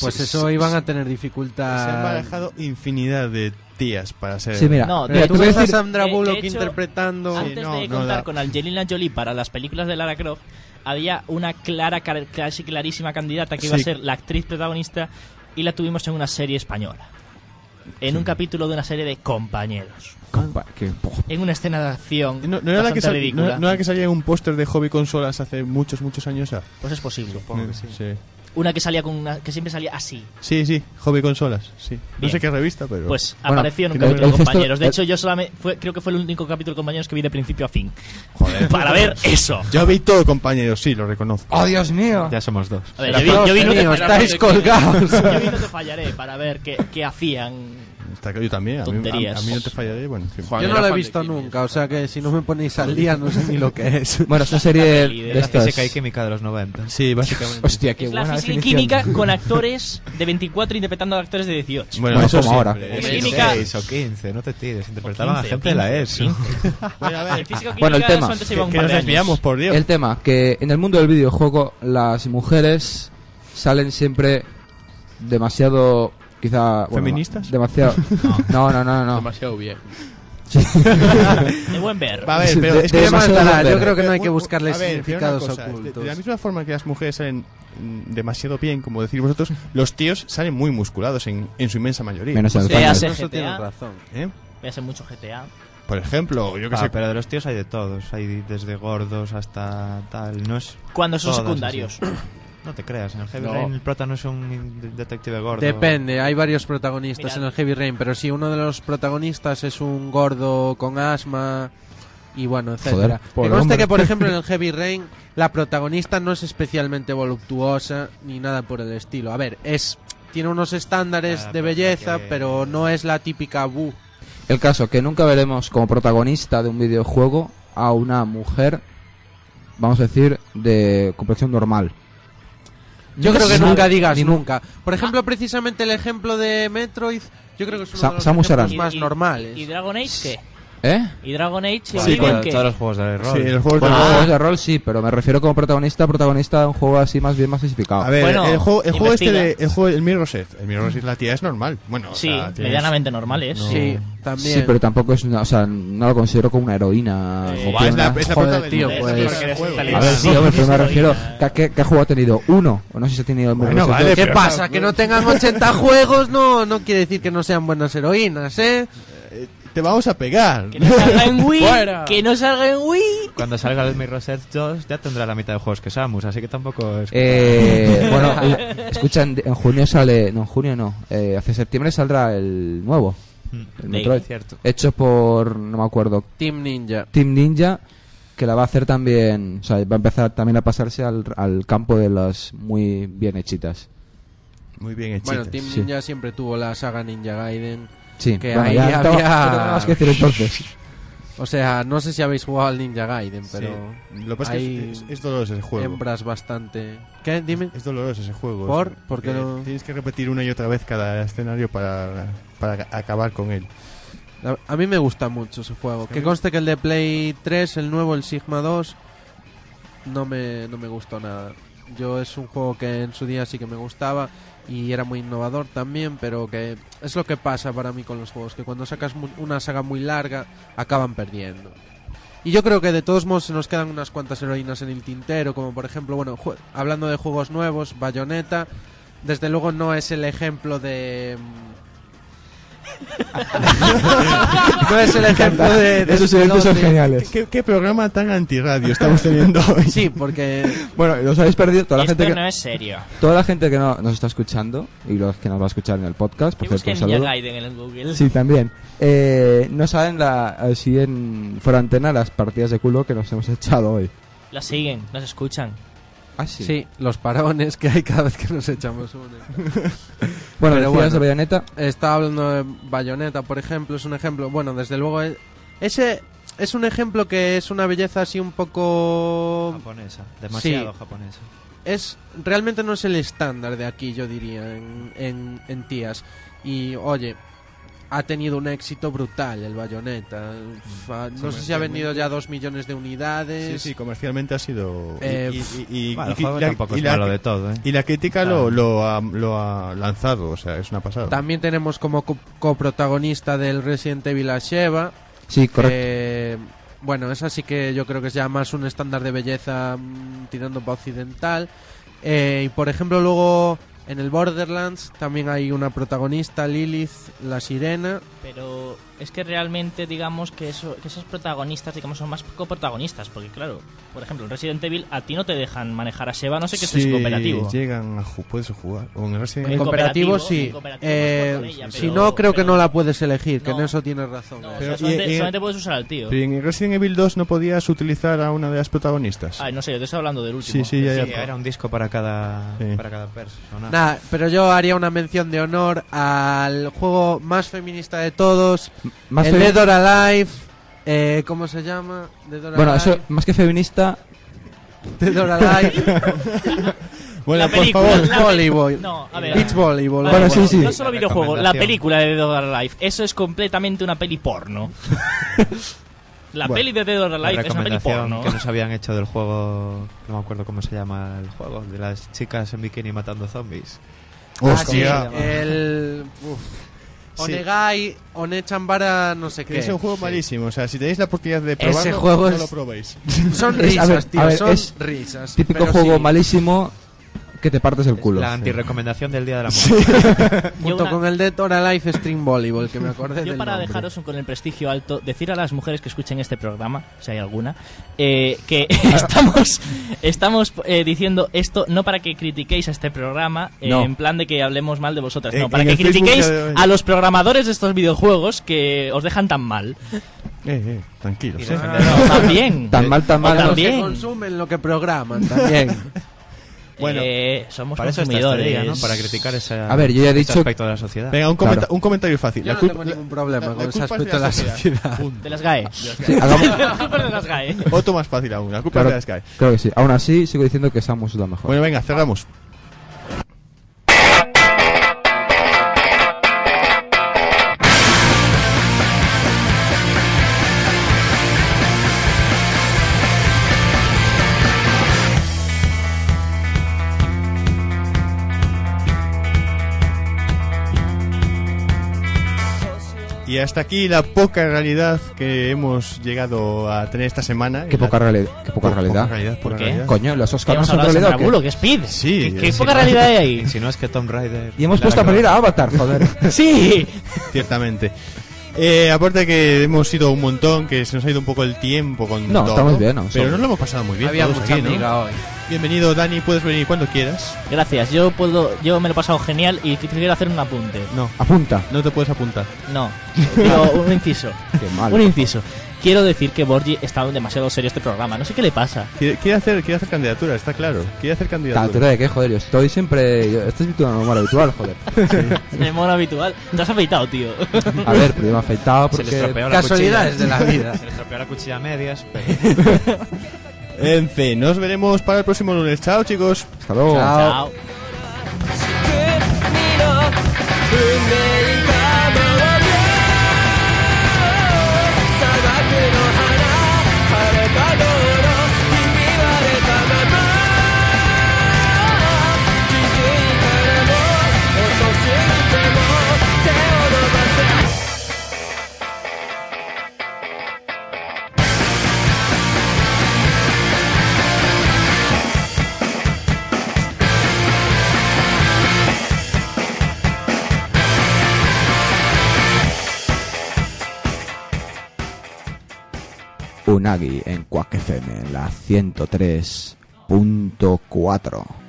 Speaker 2: Pues
Speaker 3: Sí,
Speaker 2: eso
Speaker 3: sí,
Speaker 2: iban
Speaker 3: sí.
Speaker 2: a tener
Speaker 3: Se han
Speaker 2: dificultad.
Speaker 3: barajado infinidad de tías para ser...
Speaker 4: Ah. Sí, mira,
Speaker 6: No,
Speaker 4: mira,
Speaker 6: de-
Speaker 4: te
Speaker 2: Tú
Speaker 4: voy a
Speaker 2: ves a
Speaker 4: decir-
Speaker 2: Sandra
Speaker 6: de- de
Speaker 2: Bullock
Speaker 6: hecho,
Speaker 2: interpretando.
Speaker 6: Antes
Speaker 3: no,
Speaker 6: de
Speaker 3: no
Speaker 6: contar
Speaker 3: da.
Speaker 6: con Angelina Jolie para las películas de Lara Croft, había una clara, car- casi clarísima candidata que iba
Speaker 3: Sí.
Speaker 6: a ser la actriz protagonista y la tuvimos en una serie española. En un capítulo de una serie de compañeros.
Speaker 4: Compa- que-
Speaker 6: En una escena de acción
Speaker 3: No, no era la
Speaker 6: bastante
Speaker 3: que sal-
Speaker 6: ridícula.
Speaker 3: no- no era la que salía en un póster de Hobby Consolas hace muchos, muchos años. ah?
Speaker 6: Pues es posible.
Speaker 3: sí. sí.
Speaker 6: Una que salía con una, que siempre salía así.
Speaker 3: Sí, Hobby Consolas, sí. No
Speaker 6: Bien.
Speaker 3: sé qué revista, pero...
Speaker 6: Pues
Speaker 4: Bueno,
Speaker 6: apareció en un
Speaker 4: el-
Speaker 6: capítulo
Speaker 4: el
Speaker 6: de
Speaker 4: gesto-
Speaker 6: compañeros. De
Speaker 4: el-
Speaker 6: hecho, yo solamente fue- creo que fue el único capítulo de compañeros que vi de principio a fin. Para ver eso.
Speaker 3: Yo vi todo, compañeros, sí, lo reconozco.
Speaker 4: ¡Oh, Dios mío!
Speaker 5: Ya somos dos.
Speaker 6: A ver, yo vi, yo vi
Speaker 2: Dios
Speaker 6: no te
Speaker 2: mío,
Speaker 6: fallaré.
Speaker 2: estáis colgados.
Speaker 6: Yo vi no te fallaré para ver qué, qué hacían
Speaker 3: Está que yo también. A mí, a,
Speaker 6: Tonterías.
Speaker 3: a mí no te fallaré. Bueno, en fin.
Speaker 9: Juan
Speaker 2: Yo no
Speaker 9: era
Speaker 2: lo he
Speaker 9: fan de
Speaker 2: visto
Speaker 9: Kimmich.
Speaker 2: nunca, o sea que si no me ponéis al día no sé ni lo que es.
Speaker 4: Bueno, es una serie
Speaker 6: peli de
Speaker 4: de
Speaker 5: La física y
Speaker 4: estas...
Speaker 5: química de los 90.
Speaker 3: Sí, básicamente.
Speaker 4: Hostia, qué
Speaker 6: Es la
Speaker 4: buena
Speaker 6: física y
Speaker 4: definición.
Speaker 6: química con actores de 24 interpretando a actores de 18.
Speaker 3: Bueno,
Speaker 4: Bueno,
Speaker 3: eso
Speaker 4: como
Speaker 3: siempre,
Speaker 4: ahora.
Speaker 3: eso
Speaker 6: Química.
Speaker 3: siempre.
Speaker 5: 16 o 15, no te tires. Interpretaban a
Speaker 6: 15,
Speaker 5: gente de la
Speaker 6: 15,
Speaker 5: ESO.
Speaker 6: 15. El físico y
Speaker 4: Bueno, el tema.
Speaker 6: química solamente se
Speaker 3: Que,
Speaker 6: lleva Este un
Speaker 3: que
Speaker 6: par
Speaker 3: nos
Speaker 6: de años.
Speaker 3: desviamos, por Dios.
Speaker 4: El tema, que en el mundo del videojuego las mujeres salen siempre demasiado, quizá... bueno,
Speaker 3: ¿Feministas?
Speaker 4: Demasiado... No, no, no, no.
Speaker 9: Demasiado bien.
Speaker 6: De buen ver.
Speaker 3: A ver,
Speaker 4: Sí,
Speaker 3: pero
Speaker 4: de-
Speaker 3: es que
Speaker 4: de
Speaker 3: además-
Speaker 4: demasiado
Speaker 2: nada, yo
Speaker 4: vender.
Speaker 2: creo que no hay
Speaker 3: Un-
Speaker 2: que
Speaker 3: un-
Speaker 2: buscarle
Speaker 3: a ver, pero una
Speaker 2: significados
Speaker 3: cosa, de-
Speaker 2: ocultos.
Speaker 3: De la misma forma que las mujeres salen mm, demasiado bien, como decís vosotros, los tíos salen muy musculados en, en su inmensa mayoría.
Speaker 4: Menos en el
Speaker 6: Sí,
Speaker 4: final.
Speaker 6: hace-
Speaker 2: Eso tienes
Speaker 6: GTA.
Speaker 2: razón.
Speaker 3: ¿Eh?
Speaker 6: Voy a hacer mucho GTA.
Speaker 3: Por ejemplo, yo que
Speaker 5: Ah,
Speaker 3: sé,
Speaker 5: pero de los tíos hay de todos. Hay desde gordos hasta tal. No es.
Speaker 6: Cuando son
Speaker 5: todas
Speaker 6: secundarios.
Speaker 5: así. No te creas, en el Heavy
Speaker 9: No.
Speaker 5: Rain el prota no es un in- detective gordo.
Speaker 2: Depende, hay varios protagonistas
Speaker 6: Mirad.
Speaker 2: en el Heavy Rain, pero si uno de los protagonistas es un gordo con asma y bueno, etcétera.
Speaker 4: pobre
Speaker 2: que conste
Speaker 4: hombre.
Speaker 2: que por ejemplo en el Heavy Rain la protagonista no es especialmente voluptuosa ni nada por el estilo. A ver, es tiene unos estándares
Speaker 5: Ah,
Speaker 2: de
Speaker 5: pero
Speaker 6: pues
Speaker 2: belleza,
Speaker 5: que-
Speaker 2: pero no es la típica bu.
Speaker 4: El caso, que nunca veremos como protagonista de un videojuego a una mujer, vamos a decir, de complexión normal.
Speaker 2: Yo
Speaker 4: Nunca
Speaker 2: creo que
Speaker 4: se
Speaker 2: nunca
Speaker 4: sabe,
Speaker 2: digas
Speaker 4: ni
Speaker 2: nunca. Por ejemplo, precisamente el ejemplo de Metroid, yo creo que es uno
Speaker 4: Sa-
Speaker 2: de los
Speaker 4: Samus
Speaker 2: ejemplos
Speaker 4: Aran.
Speaker 2: más
Speaker 6: Y- y-
Speaker 2: normales.
Speaker 6: ¿Y Dragon Age qué?
Speaker 4: ¿Eh?
Speaker 6: ¿Y Dragon Age? y
Speaker 5: Sí,
Speaker 6: Oblivion
Speaker 5: con
Speaker 6: qué?
Speaker 5: todos los juegos de rol.
Speaker 3: sí, los juegos de
Speaker 4: Bueno,
Speaker 3: rol-
Speaker 4: juegos de rol sí, pero me refiero como protagonista, protagonista de un juego así más bien más especificado.
Speaker 3: A ver,
Speaker 6: Bueno,
Speaker 3: el juego, el juego este
Speaker 6: investiga.
Speaker 3: de, el juego, el Mirror's Edge, el Mirror's Edge, la tía es normal. Bueno, o
Speaker 6: Sí,
Speaker 4: Ah,
Speaker 3: sea, tienes-
Speaker 6: medianamente normales.
Speaker 2: Sí, también.
Speaker 4: Sí, pero tampoco es una, o sea, no lo considero como una heroína.
Speaker 6: Eh,
Speaker 4: como
Speaker 3: Va, es la,
Speaker 4: una-
Speaker 3: es la
Speaker 2: Joder,
Speaker 3: prota del-
Speaker 2: tío,
Speaker 3: es la
Speaker 2: pues-
Speaker 3: prota
Speaker 6: Porque
Speaker 3: del
Speaker 6: eres
Speaker 3: juego.
Speaker 4: A
Speaker 6: italiano.
Speaker 4: ver, sí,
Speaker 6: Sí,
Speaker 4: hombre,
Speaker 6: sí,
Speaker 4: pero me
Speaker 6: es
Speaker 4: refiero,
Speaker 6: heroína.
Speaker 4: ¿qué- ¿qué, qué juego ha tenido? Uno, o no sé si ha tenido el
Speaker 3: Bueno,
Speaker 5: pues
Speaker 4: Mirror's Edge.
Speaker 3: vale,
Speaker 2: ¿Qué
Speaker 3: pero- pues.
Speaker 2: pasa? Que no tengan 80 juegos no, no quiere decir que no sean buenas heroínas, ¿eh?
Speaker 3: Te vamos a pegar.
Speaker 6: Que no salga en Wii.
Speaker 2: Fuera.
Speaker 6: Que no salga en Wii.
Speaker 5: Cuando salga el Mirror's Edge 2 ya tendrá la mitad de juegos que Samus, así que tampoco es...
Speaker 4: Eh, bueno, el- escucha, en, en junio sale. No, en junio no. Eh, hace septiembre saldrá el nuevo. El Metroid.
Speaker 5: Cierto.
Speaker 4: Hecho por. No me acuerdo.
Speaker 2: Team Ninja.
Speaker 4: Team Ninja. Que la va a hacer también. O sea, va a empezar también a pasarse al, al campo de las muy bien hechitas.
Speaker 3: Muy bien
Speaker 2: Bueno,
Speaker 3: hechitas.
Speaker 2: Team
Speaker 4: sí.
Speaker 2: Ninja siempre tuvo la saga Ninja Gaiden.
Speaker 4: Sí,
Speaker 2: Que
Speaker 4: bueno,
Speaker 2: ahí
Speaker 4: ya no tengo-
Speaker 2: había-
Speaker 4: no tengo nada más que decir entonces.
Speaker 2: O sea, no sé si habéis jugado al Ninja Gaiden,
Speaker 3: Sí.
Speaker 2: pero
Speaker 3: Lo que pasa es que
Speaker 2: hay
Speaker 3: es, es- es doloroso ese juego.
Speaker 2: hembras bastante. ¿Qué? Dime.
Speaker 3: Es doloroso ese juego.
Speaker 2: ¿Por?
Speaker 3: o sea,
Speaker 2: ¿Por qué
Speaker 3: que
Speaker 2: no?
Speaker 3: Tienes que repetir una y otra vez cada escenario para, para acabar con él.
Speaker 2: A- A mí me gusta mucho ese juego. Que
Speaker 3: mí-
Speaker 2: conste que el de Play 3, el nuevo, el Sigma 2, no me, no me gustó nada. Yo es un juego que en su día sí que me gustaba y era muy innovador también, pero que es lo que pasa para mí con los juegos, que cuando sacas mu- una saga muy larga acaban perdiendo. Y yo creo que de todos modos se nos quedan unas cuantas heroínas en el tintero, como por ejemplo, bueno, ju- hablando de juegos nuevos, Bayonetta, desde luego no es el ejemplo de... mm, no es el ejemplo de... de
Speaker 4: Esos eventos son
Speaker 2: de-
Speaker 4: geniales.
Speaker 3: ¿Qué, qué programa tan antirradio estamos teniendo hoy?
Speaker 2: Sí, porque
Speaker 4: Bueno, los habéis perdido. Toda la,
Speaker 6: Esto
Speaker 4: gente que,
Speaker 6: no es serio.
Speaker 4: toda la gente que no, nos está escuchando y los que nos va a escuchar en el podcast, por
Speaker 6: Que
Speaker 4: cierto,
Speaker 6: busquen
Speaker 4: un
Speaker 6: Ninja
Speaker 4: saludo.
Speaker 6: Gaiden en el Google.
Speaker 4: Sí, también. Eh, no saben la, eh, si en fuera antena las partidas de culo que nos hemos echado hoy.
Speaker 6: Las siguen, las escuchan.
Speaker 4: Ah,
Speaker 2: Sí. los parones que hay cada vez que nos echamos uno.
Speaker 4: Bueno,
Speaker 2: Pero
Speaker 4: decías
Speaker 2: bueno.
Speaker 4: de Bayonetta.
Speaker 2: Estaba hablando de Bayonetta, por ejemplo, es un ejemplo. Bueno, desde luego, eh, ese es un ejemplo que es una belleza así un poco.
Speaker 5: Japonesa, demasiado
Speaker 2: Sí.
Speaker 5: japonesa.
Speaker 2: Es realmente no es el estándar de aquí, yo diría, en, en, en tías. Y oye, ha tenido un éxito brutal el Bayonetta.
Speaker 5: Mm.
Speaker 2: Uf, ah, No sé si ha vendido ya dos millones de
Speaker 3: Sí,
Speaker 2: unidades.
Speaker 3: sí, comercialmente ha sido. y-
Speaker 2: Eh,
Speaker 3: y, y- y-
Speaker 5: Bueno, el
Speaker 3: y
Speaker 5: juego
Speaker 3: la-
Speaker 5: tampoco
Speaker 3: y
Speaker 5: es
Speaker 3: la-
Speaker 5: malo de todo, ¿eh?
Speaker 3: y la crítica
Speaker 5: Ah.
Speaker 3: lo, lo, ha, lo ha lanzado, o sea, es una pasada.
Speaker 2: También tenemos como co- coprotagonista del Resident Evil a Sheva.
Speaker 4: Sí, correcto.
Speaker 2: Eh, bueno, esa sí que yo creo que es ya más un estándar de belleza mm, tirando para occidental. Eh, y por ejemplo, luego en el Borderlands también hay una protagonista, Lilith, la sirena.
Speaker 6: Pero es que realmente, digamos, que, eso, que esos protagonistas, digamos, son más coprotagonistas. Porque, claro, por ejemplo, en Resident Evil a ti no te dejan manejar a Seba, no sé qué es
Speaker 3: Sí,
Speaker 6: cooperativo.
Speaker 3: Llegan a ju- puedes jugar. O en el Resident
Speaker 6: En
Speaker 2: En
Speaker 3: Evil.
Speaker 2: cooperativo,
Speaker 6: cooperativo,
Speaker 2: sí.
Speaker 6: en cooperativo
Speaker 2: Eh,
Speaker 6: vas con ella,
Speaker 2: si
Speaker 6: pero-
Speaker 2: no, creo que
Speaker 6: pero-
Speaker 2: no la puedes elegir, que
Speaker 6: No.
Speaker 2: en eso tienes razón.
Speaker 6: No, o
Speaker 2: eh.
Speaker 6: sea,
Speaker 3: Pero-
Speaker 6: solamente,
Speaker 3: y- y-
Speaker 6: solamente puedes usar al tío.
Speaker 3: Pero en el Resident Evil 2 no podías utilizar a una de las protagonistas.
Speaker 6: Ay, no sé, yo te estoy hablando del último.
Speaker 3: sí, sí, ya, ya.
Speaker 5: Sí, era un disco para cada,
Speaker 3: Sí.
Speaker 5: para cada persona.
Speaker 2: Nada, pero yo haría una mención de honor al juego más feminista de todos,
Speaker 4: más
Speaker 2: el
Speaker 4: femi-
Speaker 2: Dead or Alive, eh, ¿cómo se llama? Dead or
Speaker 4: Bueno,
Speaker 2: Alive,
Speaker 4: eso, más que feminista,
Speaker 2: Dead or Alive,
Speaker 3: Bueno,
Speaker 6: la
Speaker 3: por
Speaker 6: película,
Speaker 3: favor.
Speaker 6: la pe-
Speaker 2: Voleibol.
Speaker 6: No, a ver.
Speaker 2: Beach Volleyball.
Speaker 6: Vale,
Speaker 4: Bueno, sí, sí.
Speaker 6: No solo videojuego, la
Speaker 5: Recomendación.
Speaker 6: película de Dead or Alive. Eso es completamente una peli porno. la
Speaker 3: Bueno,
Speaker 6: peli de Dead or
Speaker 5: La
Speaker 6: Alive es una peli
Speaker 5: recomendación
Speaker 6: porno.
Speaker 5: que nos habían hecho del juego, no me acuerdo cómo se llama el juego, de las chicas en bikini matando zombies.
Speaker 3: Hostia.
Speaker 2: Ah, sí, el... uf.
Speaker 5: Sí.
Speaker 2: Onegai, Onechambara, no sé
Speaker 3: Que
Speaker 2: qué.
Speaker 3: es un juego malísimo. O sea, si tenéis la oportunidad de
Speaker 2: Ese
Speaker 3: probarlo,
Speaker 2: juego
Speaker 3: no
Speaker 2: es-
Speaker 3: lo probéis.
Speaker 2: Son
Speaker 4: Es- a
Speaker 2: risas,
Speaker 4: ver,
Speaker 2: tío,
Speaker 4: a ver,
Speaker 2: son
Speaker 4: es
Speaker 2: risas.
Speaker 4: típico
Speaker 2: pero
Speaker 4: juego
Speaker 2: sí,
Speaker 4: malísimo que te partes el culo.
Speaker 5: La
Speaker 4: Sí.
Speaker 5: antirecomendación del Día de la Mujer.
Speaker 6: Yo
Speaker 2: Junto
Speaker 6: una-
Speaker 2: con el Dead or Alive Stream Volleyball, que me acordé
Speaker 6: Yo
Speaker 2: del
Speaker 6: para
Speaker 2: nombre.
Speaker 6: dejaros un- con el prestigio alto, decir a las mujeres que escuchen este programa, si hay alguna, eh, que estamos, estamos eh, diciendo esto no para que critiquéis a este programa, eh,
Speaker 4: No.
Speaker 6: en plan de que hablemos mal de vosotras,
Speaker 3: En-
Speaker 6: no, para
Speaker 3: en
Speaker 6: que
Speaker 3: el Facebook
Speaker 6: critiquéis
Speaker 3: de hoy.
Speaker 6: a los programadores de estos videojuegos que os dejan tan mal.
Speaker 3: Eh, eh, tranquilos. eh.
Speaker 6: No, también.
Speaker 4: Tan mal, tan
Speaker 6: O
Speaker 4: mal.
Speaker 2: Los
Speaker 6: también.
Speaker 2: que consumen lo que programan también.
Speaker 3: Bueno,
Speaker 6: Eh, somos
Speaker 5: Para eso está esta
Speaker 6: consumidores.
Speaker 5: liga, ¿no? Para criticar ese,
Speaker 4: A ver, yo ya he
Speaker 5: ese
Speaker 4: dicho-
Speaker 5: aspecto de la sociedad.
Speaker 3: Venga, un,
Speaker 4: Claro.
Speaker 3: comenta- un comentario fácil.
Speaker 2: Yo
Speaker 3: la
Speaker 2: no
Speaker 3: culpa,
Speaker 2: tengo ningún
Speaker 3: la-
Speaker 2: problema
Speaker 3: la
Speaker 2: con ese
Speaker 3: culpa es
Speaker 2: aspecto de la sociedad.
Speaker 6: De las GAE.
Speaker 4: Sí, hagamos-
Speaker 6: de las GAE.
Speaker 3: Otro más fácil aún. La culpa
Speaker 4: claro,
Speaker 3: es de la Sky.
Speaker 4: claro que sí. Aún así, sigo diciendo que Samus es la mejor.
Speaker 3: Bueno, venga, cerramos. Y hasta aquí la poca realidad que hemos llegado a tener esta semana.
Speaker 4: qué,
Speaker 3: La-
Speaker 4: poca reali- qué poca realidad.
Speaker 3: ¿Por
Speaker 6: qué?
Speaker 4: Coño, los Oscars no
Speaker 6: Hemos
Speaker 4: son
Speaker 6: hablado de
Speaker 4: realidad. ¿o qué?
Speaker 6: Sombrabulo, que es Speed.
Speaker 3: Sí,
Speaker 6: ¿Qué, qué
Speaker 3: sí,
Speaker 6: poca
Speaker 3: claro.
Speaker 6: realidad hay ahí?
Speaker 5: Y si no es que Tomb Raider.
Speaker 4: Y hemos
Speaker 5: la
Speaker 4: puesto a
Speaker 5: verdad.
Speaker 4: pedir a Avatar, joder.
Speaker 6: Sí.
Speaker 3: Ciertamente. Eh, aparte que hemos ido un montón, que se nos ha ido un poco el tiempo con
Speaker 4: No,
Speaker 3: todo,
Speaker 4: estamos bien, no,
Speaker 3: pero
Speaker 4: somos-
Speaker 3: nos lo hemos pasado muy bien.
Speaker 2: Había
Speaker 3: todos
Speaker 2: mucha
Speaker 3: aquí, ¿no?
Speaker 2: amiga hoy.
Speaker 3: Bienvenido Dani, puedes venir cuando quieras.
Speaker 6: Gracias, yo puedo, yo me lo he pasado genial y qu- quiero hacer un apunte.
Speaker 3: No,
Speaker 4: Apunta.
Speaker 3: no te puedes apuntar.
Speaker 6: No, digo, un inciso.
Speaker 4: Qué
Speaker 6: Un
Speaker 4: mal.
Speaker 6: inciso. Quiero decir que Borgi está demasiado serio este programa. No sé qué le pasa.
Speaker 3: Quiere, quiere hacer, quiere hacer candidatura, está claro. Quiere hacer
Speaker 4: Tantura
Speaker 3: candidatura.
Speaker 4: de qué, joder. Yo estoy siempre. yo- Esto es habitual, normal, habitual, joder.
Speaker 6: El mono habitual. Te has afeitado, tío.
Speaker 4: A ver, pero yo me he afeitado
Speaker 5: Se le
Speaker 4: porque.
Speaker 5: estropeó la
Speaker 2: Casualidades de
Speaker 5: cuchilla.
Speaker 2: la vida.
Speaker 5: Se le estropeó la cuchilla a medias. pero-
Speaker 3: En fin, nos veremos para el próximo lunes. Chao, chicos.
Speaker 4: Hasta luego.
Speaker 6: Chao.
Speaker 4: Unagi en Quack FM, la 103.4.